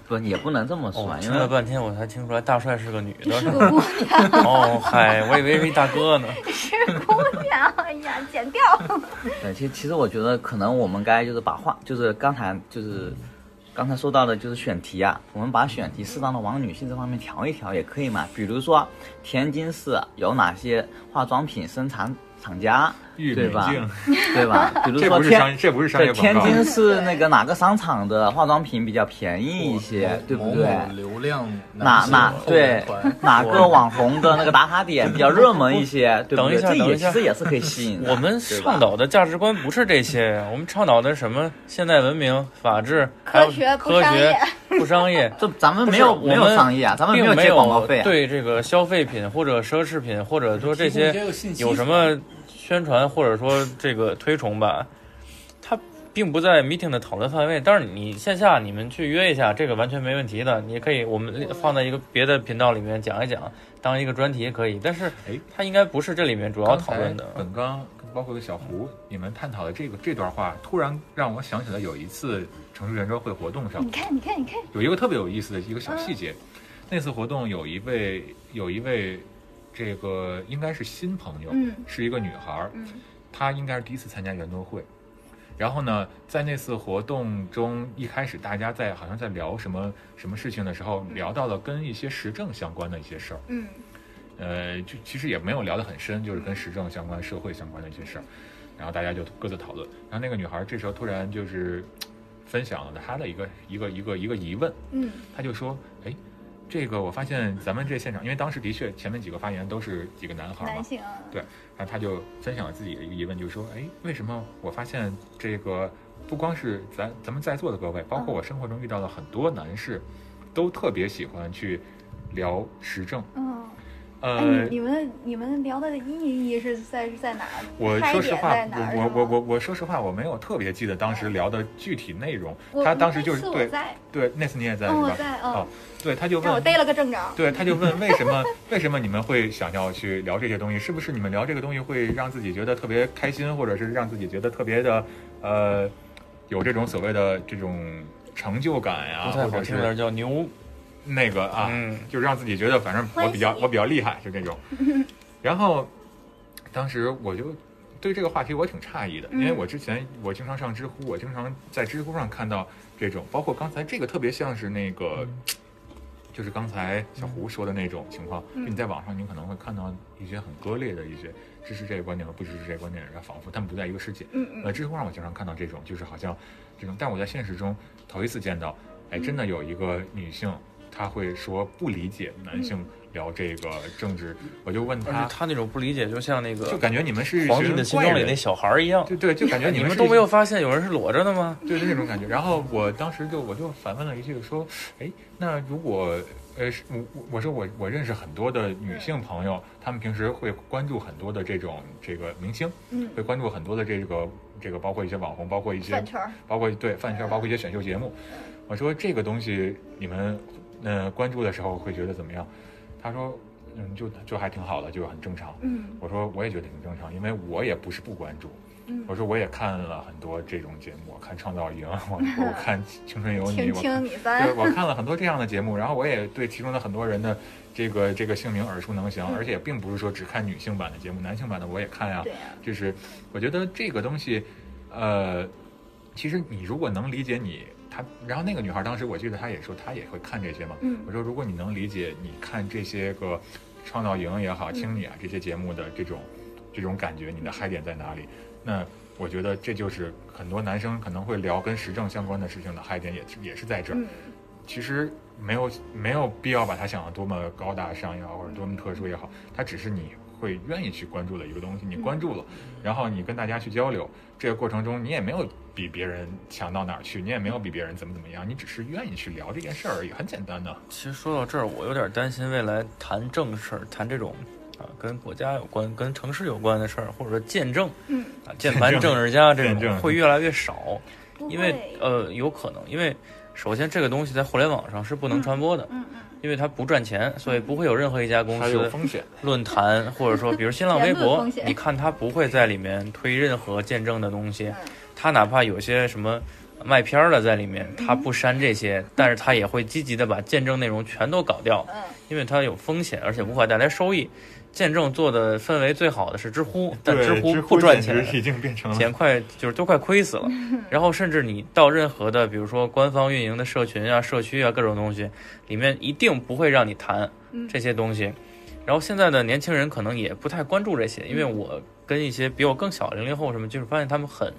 不也不能这么说
哦，，
因
听了
为
半天，我才听出来大帅是个女的。
是个姑娘，
哦，嗨，我以为是一大 哥呢。
是姑娘，哎呀，剪掉。
啊
对，其实其实我觉得可能我们该就是把话，就是刚才就是刚才说到的，就是选题啊，我们把选题适当的往女性这方面调一调也可以嘛。比如说天津市有哪些化妆品生产厂家，
玉
对
米
吧
镜，
对吧？比如
这
说
不是
天
商，。这不是商
对，
业广
天
告。
津市那个哪个商场的化妆品比较便宜一些，对不
某
对？
某流 量男
哪
性
哪
后
对
援团
哪个网红的那个打卡点比 较热门一些，对不
等一
对？
下
这
等
也
一
其
下
实也是可以吸引的。
我们
对吧
倡导的价值观不是这些，我们倡导的是什么现代文明、法治、还有
科学不
科
商
学
业、
不 商业。
这咱们
不是
没有
我
没有
们
商业啊，咱们
并
有
没
接广告
有
费啊。
对这个消费品或者奢侈品，或者说这
提供一
些
些信息
有什么宣传或者说这个推崇吧，它并不在 meeting 的讨论范围。但是你线下你们去约一下，这个完全没问题的，你可以我们放在一个别的频道里面讲一讲，当一个专题可以。但是
哎
它应该不是这里面主要
刚
讨
才
论的。
本刚包括小胡，你们探讨的这个这段话，突然让我想起来有一次城市圆桌会活动 上
你看，你看，你看，嗯
有一个特别有意思的一个小细节，那次活动有一位有一位这个应该是新朋友，
嗯
是一个女孩儿，
嗯
她应该是第一次参加圆桌会。然后呢，在那次活动中，一开始大家在好像在聊什么什么事情的时候，聊到了跟一些时政相关的一些事儿。
嗯
呃，就其实也没有聊得很深，就是跟时政相关、社会相关的一些事儿，然后大家就各自讨论。然后那个女孩这时候突然就是分享了她的一个一个一个一个疑问，
嗯
她就说：“哎，这个我发现咱们这现场，因为当时的确前面几个发言都是几个男孩
男
嘛，
性啊，
对然后她就分享了自己的一个疑问，就说：哎，为什么我发现这个不光是咱咱们在座的各位，包
嗯
括我生活中遇到的很多男士，都特别喜欢去聊时政，
嗯，
呃。
哎，你你们你们聊的意义是在是在哪儿？
我
嗨
说实
点
话
在，哪儿是
我我我
吗嗯
我我说实话，我没有特别记得当时聊的具体内容。
我
他当时就是
那次我
对
在，
对，那次你也在
嗯，
是
我
吧？
在，
哦
嗯，
对，他就
让我
问，
逮了个正着。
对，他就问为 什么为什么你们会想要去聊这些东西？是不是你们聊这个东西会让自己觉得特别开心，或者是让自己觉得特别的呃有这种所谓的这种成就感呀、
不太
或
好
者
听点
是
叫牛，
那个啊？
嗯，
就让自己觉得反正我比较
欢喜
我比较厉害，就这种。
嗯
然后当时我就对这个话题我挺诧异的，因为
嗯
我之前我经常上知乎，我经常在知乎上看到这种，包括刚才这个特别像是那个。
嗯
就是刚才小胡说的那种情况，
嗯
就你在网上你可能会看到一些很割裂的一些支持这个观点和不支持这个观点的人，然后仿佛他们不在一个世界。
嗯
呃，
嗯
知乎上我经常看到这种，就是好像这种，但我在现实中头一次见到，哎，
嗯
真的有一个女性，她会说不理解男
嗯
性聊这个政治，我就问
而
她
且，他那种不理解，就像那
就
个
感觉你们是一
皇帝
群
的心
怪
中里
人
那小孩儿一样。
对对，就感觉
哎你
们
们
是
都
一
没有发现有人是裸着的吗？
对，就那种感觉。然后我当时就我就反问了一句说，哎，那如果呃，是我我我说我我认识很多的女性朋友，她们平时会关注很多的这种这个明星，
嗯
会关注很多的这个这个包括一些网红，包括一些
饭圈儿嗯
包括对饭圈，包括一些选秀节目。我说这个东西你们呃关注的时候会觉得怎么样？他说嗯，就就还挺好的，就很正常。
嗯
我说我也觉得挺正常，因为我也不是不关注。
嗯
我说我也看了很多这种节目，我看《创造 营》，我我看《青春有你
听》，
我看
听你
对，
三，
我 看了很多这样的节目，然后我也对其中的很多人的这个这个姓名耳熟能详，而且并不是说只看女性版的节目，男性版的我也看呀、
嗯对啊呀，
就是我觉得这个东西，呃，其实你如果能理解你，她，然后那个女孩当时我记得她也说她也会看这些嘛，
嗯
我说如果你能理解你看这些个创造营也好、青你啊这些节目的这种这种感觉，你的嗨点在哪里？那我觉得这就是很多男生可能会聊跟时政相关的事情的嗨点也是也是在这儿。
嗯
其实没有没有必要把它想得多么高大上也好，或者多么特殊也好，它只是你会愿意去关注的一个东西。你关注了，然后你跟大家去交流，这个过程中你也没有比别人强到哪儿去，你也没有比别人怎么怎么样，你只是愿意去聊这件事儿而已，很简单的。
其实说到这儿，我有点担心未来谈正事儿，谈这种啊跟国家有关、跟城市有关的事儿，或者说见证
嗯，
啊键盘政治家这
见证
种会越来越少，
不
因为
会，
呃有可能，因为首先这个东西在互联网上是不能传播的，
嗯嗯，
因为它不赚钱，所以不会有任何一家公
它有
司、
风险，
论坛或者说比如新浪微
言论
博
风，险
你看它不会在里面推任何见证的东西
嗯，
它哪怕有些什么。卖片儿的在里面，
嗯
它不删这些，但是它也会积极的把见证内容全都搞掉。
嗯，
因为它有风险，而且无法带来收益。见证做的氛围最好的是知乎，但
对
乎
知
不赚
简
钱
直，已经变成了
钱快就是都快 亏死了。然后甚至你到任何的，比如说官方运营的社群啊、社区啊各种东西，里面一定不会让你谈
嗯
这些东西。然后现在的年轻人可能也不太关注这些，因为
嗯
我跟一些比我更小零零后什么，就是发现他们很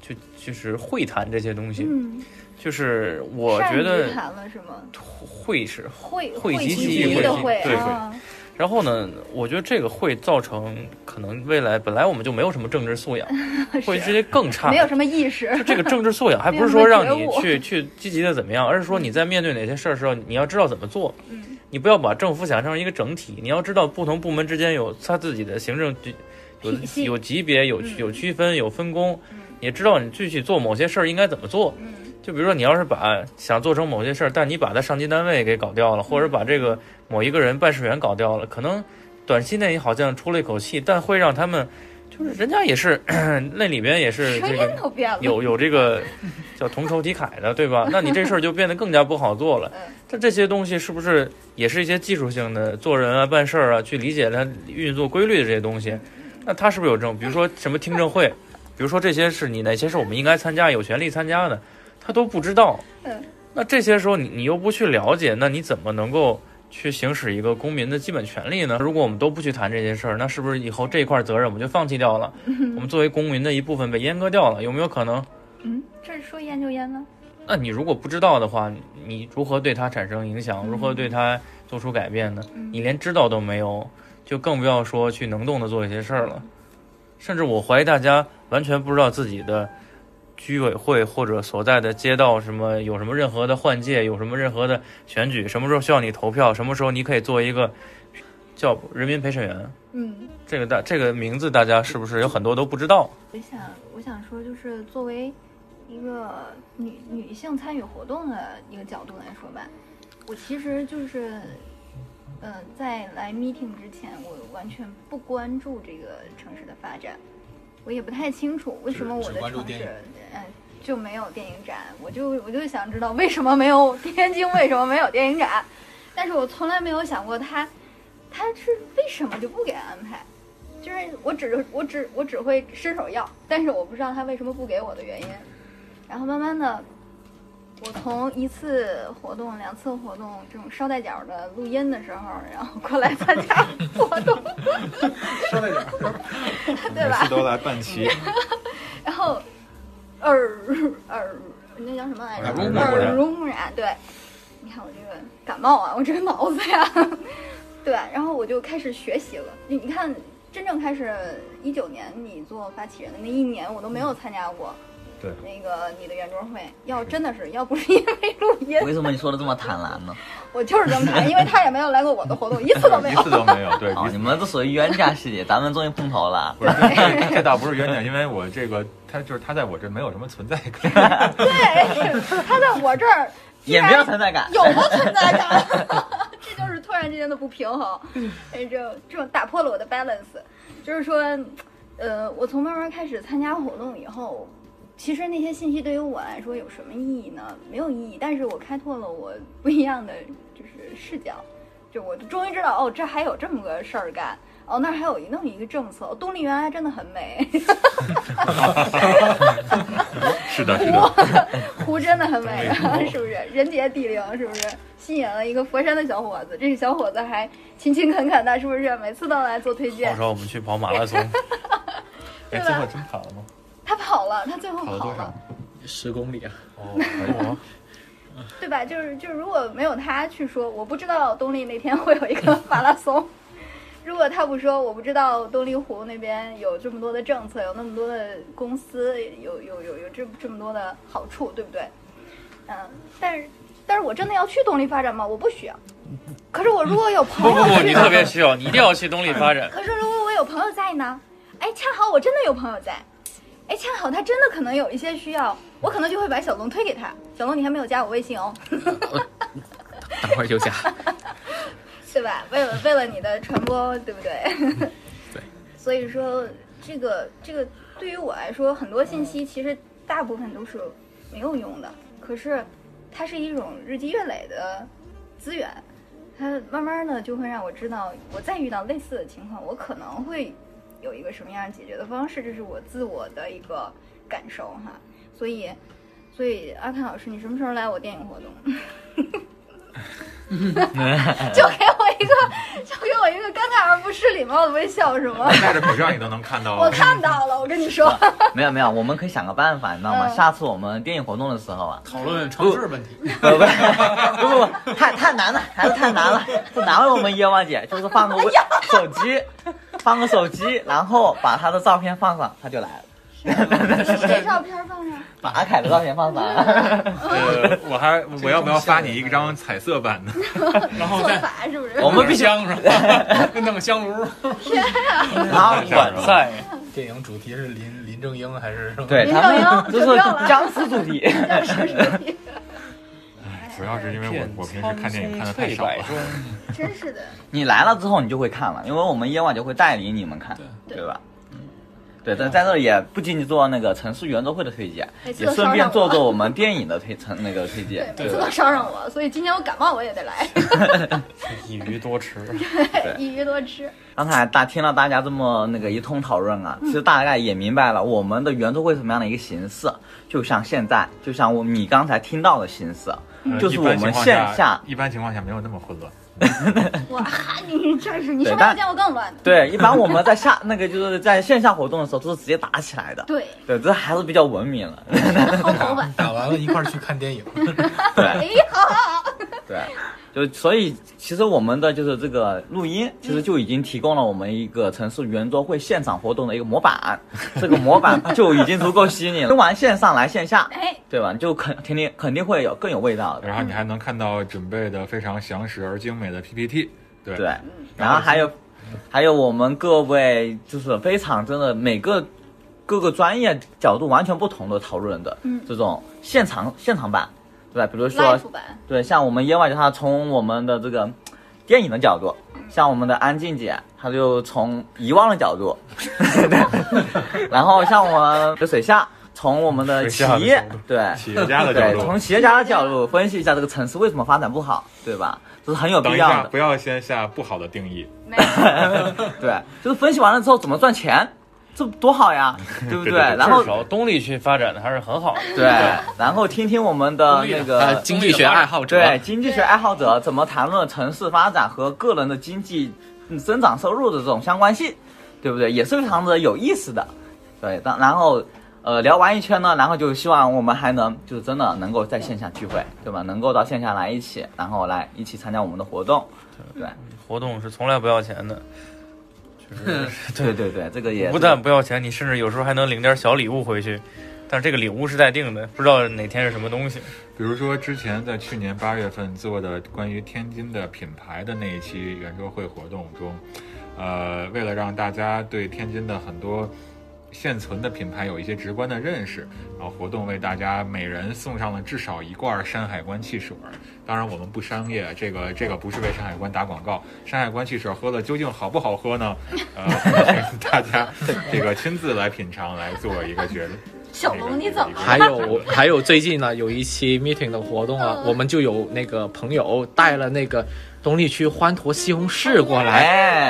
就就是会谈这些东西，
嗯，
就是我觉
善
得
于谈了是吗？
会是
会
会
会
集
集
体
体
会
的
集
会
对
啊，
然后呢，我觉得这个会造成可能未来本来我们就没有什么政 治素养，会直接更差
啊没。有什么意识，
这个政治素养还不是
没
说
有什
让
么
你
觉悟
去去积极的怎么样，而是说你在面对哪些事儿的时候，你要知道怎么做。
嗯
你不要把政府想象成一个整体，你要知道不同部门之间有它自己的行政局，有
体系
有级别，有
嗯
有区分，有分工
嗯，
也知道你具体做某些事儿应该怎么做。
嗯
就比如说，你要是把想做成某些事儿，但你把他上级单位给搞掉了，
嗯
或者把这个某一个人办事员搞掉了，可能短期内好像出了一口气，但会让他们就是人家也是 那里边也是
声
这
音
个
都变了，
有有这个叫同仇敌忾的，对吧？那你这事儿就变得更加不好做了。这这些东西是不是也是一些技术性的，做人啊、办事儿啊，去理解它运作规律的这些东西？那它是不是有证？比如说什么听证会，比如说这些是你哪些是我们应该参加、有权利参加的，他都不知道。
嗯，
那这些时候你你又不去了解，那你怎么能够？去行使一个公民的基本权利呢？如果我们都不去谈这些事儿，那是不是以后这一块责任我们就放弃掉了？我们作为公民的一部分被阉割掉了，有没有可能？
嗯，这是说淹就淹吗？
那你如果不知道的话，你如何对它产生影响？如何对它做出改变呢？你连知道都没有，就更不要说去能动的做一些事儿了。甚至我怀疑大家完全不知道自己的居委会或者所在的街道什么有什么任何的换届，有什么任何的选举，什么时候需要你投票，什么时候你可以做一个叫人民陪审员。
嗯，
这个大这个名字大家是不是有很多都不知道？
我想我想说，就是作为一个女女性参与活动的一个角度来说吧，我其实就是，嗯、在来 meeting 之前，我完全不关注这个城市的发展，我也不太清楚为什么我
只
的
关注
城
电
市
影，
嗯、就没有电影展，我就我就想知道为什么没有 天津为什么没有电影展，但是我从来没有想过他他是为什么就不给安排。就是我只我只我只会伸手要，但是我不知道他为什么不给我的原因。然后慢慢的，我从一次活动、两次活动这种捎带脚的录音的时候，然后过来参加活动，
说那点，
对
每次
吧？
都 来半 期，
然后耳耳那叫什么来着
耳濡？目染
耳濡目染，对。你看我这个感冒啊，我这个脑子呀， 对吧？然后我就开始学习了。你你看，真正开始一九年你做发起人的那一年，我都没有参加过。
对
那个你的圆桌会，要真的是要不是因为录音，
为什么你说的这么坦然呢？
我就是这么谈，因为他也没有来过我的活动，一次都没
一
有
次。都没有，对，
哦
一，次
你们这属于冤家系列，咱们终于碰头了。
不是，这 这倒不是冤家，因为我这个他就是他在我这没有什么存在感，
对， 他在我这儿
也没有存在感，
有过存在感， 这就是突然之间的不平衡，哎，这种这种打破了我的 balance，就是说，呃，我从慢慢开始参加活动以后，其实那些信息对于我来说有什么意义呢？没有意义，但是我开拓了我不一样的就是视角，就我终于知道哦，这还有这么个事儿干。哦，那儿还有一那么一个政策，哦，动力原来真的很美，
是的，是的，
湖真的很 美啊，是不是？人杰地灵，是不是？吸引了一个佛山的小伙子，这个小伙子还勤勤恳恳的，是不是？每次都来做推
到
荐
时。候我们去跑马 拉松，
哎，
对啊吧
最后真跑了吗？
他跑了，他最后
跑了
跑
多少
了，？
十公里啊，
哦，可以 吗？
对吧？就是就是，如果没有他去说，我不知道东丽那天会有一个马拉松。如果他不说，我不知道东丽湖那边有这么多的政策，有那么多的公司，有有有有这这么多的好处，对不对？嗯，但是但是我真的要去东丽发展吗？我不需要。可是我如果有朋
不
友
不不，
去
你
呢
特别 需要，你一定要去东丽发展。
可是如果我有朋友在呢？哎，恰好我真的有朋友在，哎，恰好他真的可能有一些需要，我可能就会把小龙推给他。小龙，你还没有加我微信哦，
等会儿就加。
对吧？为了为了你的传播，对不对？
对。
所以说，这个这个对于我来说，很多信息其实大部分都是没有用的，可是它是一种日积月累的资源，它慢慢的就会让我知道，我再遇到类似的情况，我可能会有一个什么样解决的方式，这是我自我的一个感受哈。所以，所以阿看老师，你什么时候来我电影活动？ 就 给我一个，就给我一个尴尬而不失礼貌的微笑，是吗？
戴着口罩你都能看
哦
到
我 看到了，我跟你说，
没有没有，我们可以想个办法，你知道吗？
嗯
下次我们电影活动的时候啊，
讨论城市问题，
不不不不不，太太难了，还是太难了，难为我们夜望姐，就是放个微手机，放个手机，然后把她的照片放上，她就来了，
谁照片放上？
把阿凯的照片 放上，
呃，我还我要不要发你一张彩色 版的？
然后
做
再
法是不是？
我们必须，
香是 吧？弄个香
呃
炉，
啊
然后
管赛，
电影主题是林林正英还是什么？
对
林
他
正英
们就
就不
是
要了
僵尸主题，
僵尸主题，
主要是因为 我我平时看电影看的太
翠
少
柏
了，
中
真是的。
你来了之后你就会看了，因为我们夜晚就会带领你们看，
对
对吧？对，但在这儿也不仅仅做到那个城市圆桌会的推荐，
每次
也
都
顺
骚
便
扰
做
我，
做我们电影的推成那个推荐。
每次都骚扰我，所以今天我感冒我也得 来，
以鱼多吃。
一鱼多吃。
刚才大听了大家这么那个一通讨论啊，其实大概也明白了我们的圆桌会什么样的一个形式，就像现在，就像我你刚才听到的形式，
呃
就是我们线下。
一般情况下没有那么混乱。
我哈，啊你真是，你是没
对
有
但
见过更乱的。
对，一般我们在下那个就是在线下活动的时候都是直接打起来的，
对，
对，这还是比较文明了，
好好吧。
打完了一块儿去看电影，
对
哎，好好好，
对，就所以其实我们的就是这个录音，其实就已经提供了我们一个城市圆桌会现场活动的一个模 板，这个模板就已经足够吸引了，听完线上来线下，
哎，
对吧？就肯肯定肯定会有更有味道的，
然后你还能看到准备的非常详实而精美的 PPT，对
对。然后还有还有我们各位就是非常真的每个各个专业角度完全不同的讨论的
嗯
这种现场现场版，对吧？比如说
life 版，
对，像我们野外就他从我们的这个电影的角度，像我们的安静姐，她就从遗忘的角度， 对，然后像我们的水下，从我们的
水
企
下的
业
角度，
对，
企业家的角
对，
度
从企业家的角度分析一下这个城市为什么发展不好，对吧？这是很有
等
必
一
要
下，
的。
不要先下不好的定义，
没有，
对，就是分析完了之后怎么赚钱，这多好 呀，对不
对对对
然后
至少东丽区发展的还是很好的。
对，然后听听我们 的那
呃，
个。
经济学爱好者，
对经济学爱好者怎么谈论城市发展和个人的经济嗯增长收入的这种相关性，对不对？也是非常的有意思的。对，当然后呃聊完一圈呢，然后就希望我们还能就是真的能够在线下聚会，对吧？能够到线下来一起，然后来一起参加我们的活动。对，
活动是从来不要钱 的，就是
对对对，这个也
不但不要钱，你甚至有时候还能领点小礼物回去。但是这个礼物是待定的，不知道哪天是什么东西。
比如说之前在去年八月份做的关于天津的品牌的那一期圆桌会活动中，呃，为了让大家对天津的很多现存的品牌有一些直观的认识，然后活动为大家每人送上了至少一罐山海关汽水儿。当然，我们不商业，这个这个不是为山海关打广告。山海关汽水喝了究竟好不好喝呢？呃，欢迎大家这个亲自来品尝，来做一个决定。
小龙你怎么了？
还有还有最近呢，有一期 meeting 的活动啊，
嗯
我们就有那个朋友带了那个东丽区欢坨西红柿过来。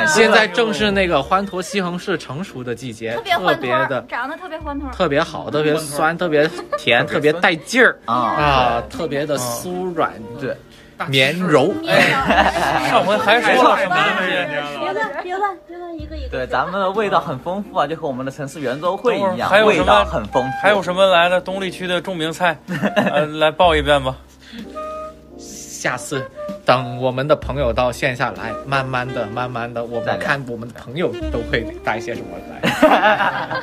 哎，
现在正是那个欢坨西红柿成熟的季 节，
特别
特
欢
别
脱儿，
的
长得特别欢脱儿，嗯
特别
嗯
好，特别酸，特别甜，特别带劲儿
啊，嗯
啊，特别的酥软，
对，
绵柔。
上回还说了什么东西？
哎别乱，别乱，别乱，一个一 个。
对，咱们的味道很丰富啊，就和我们的城市圆桌会一样，
还有什么
味道很丰富。
还有什么来的东丽区的著 名菜？呃，来报一遍吧。
下次等我们的朋友到线下来，慢慢的、慢慢的，我
再
们
聊
看我们的朋友都会带些什么来。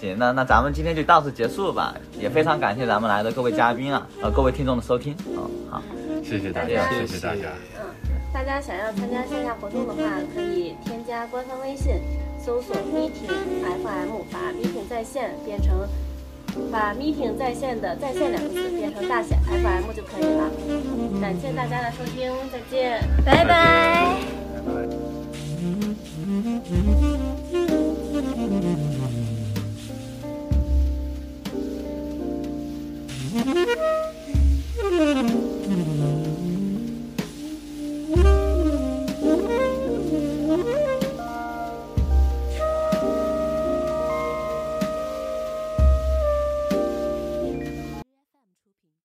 行，那那咱们今天就到此结束吧，也非常感谢咱们来的各位嘉宾啊，呃，各位听众的收听，嗯，好，
谢谢大 家，谢
谢
谢大家。
大家想要参加线下活动的话，可以添加官方微信，搜索 meeting FM，把 meeting 在线变成，把 meeting 在线的在线两个字变成大写 FM 就可以了。感谢大家的收听，再见。
拜拜。
拜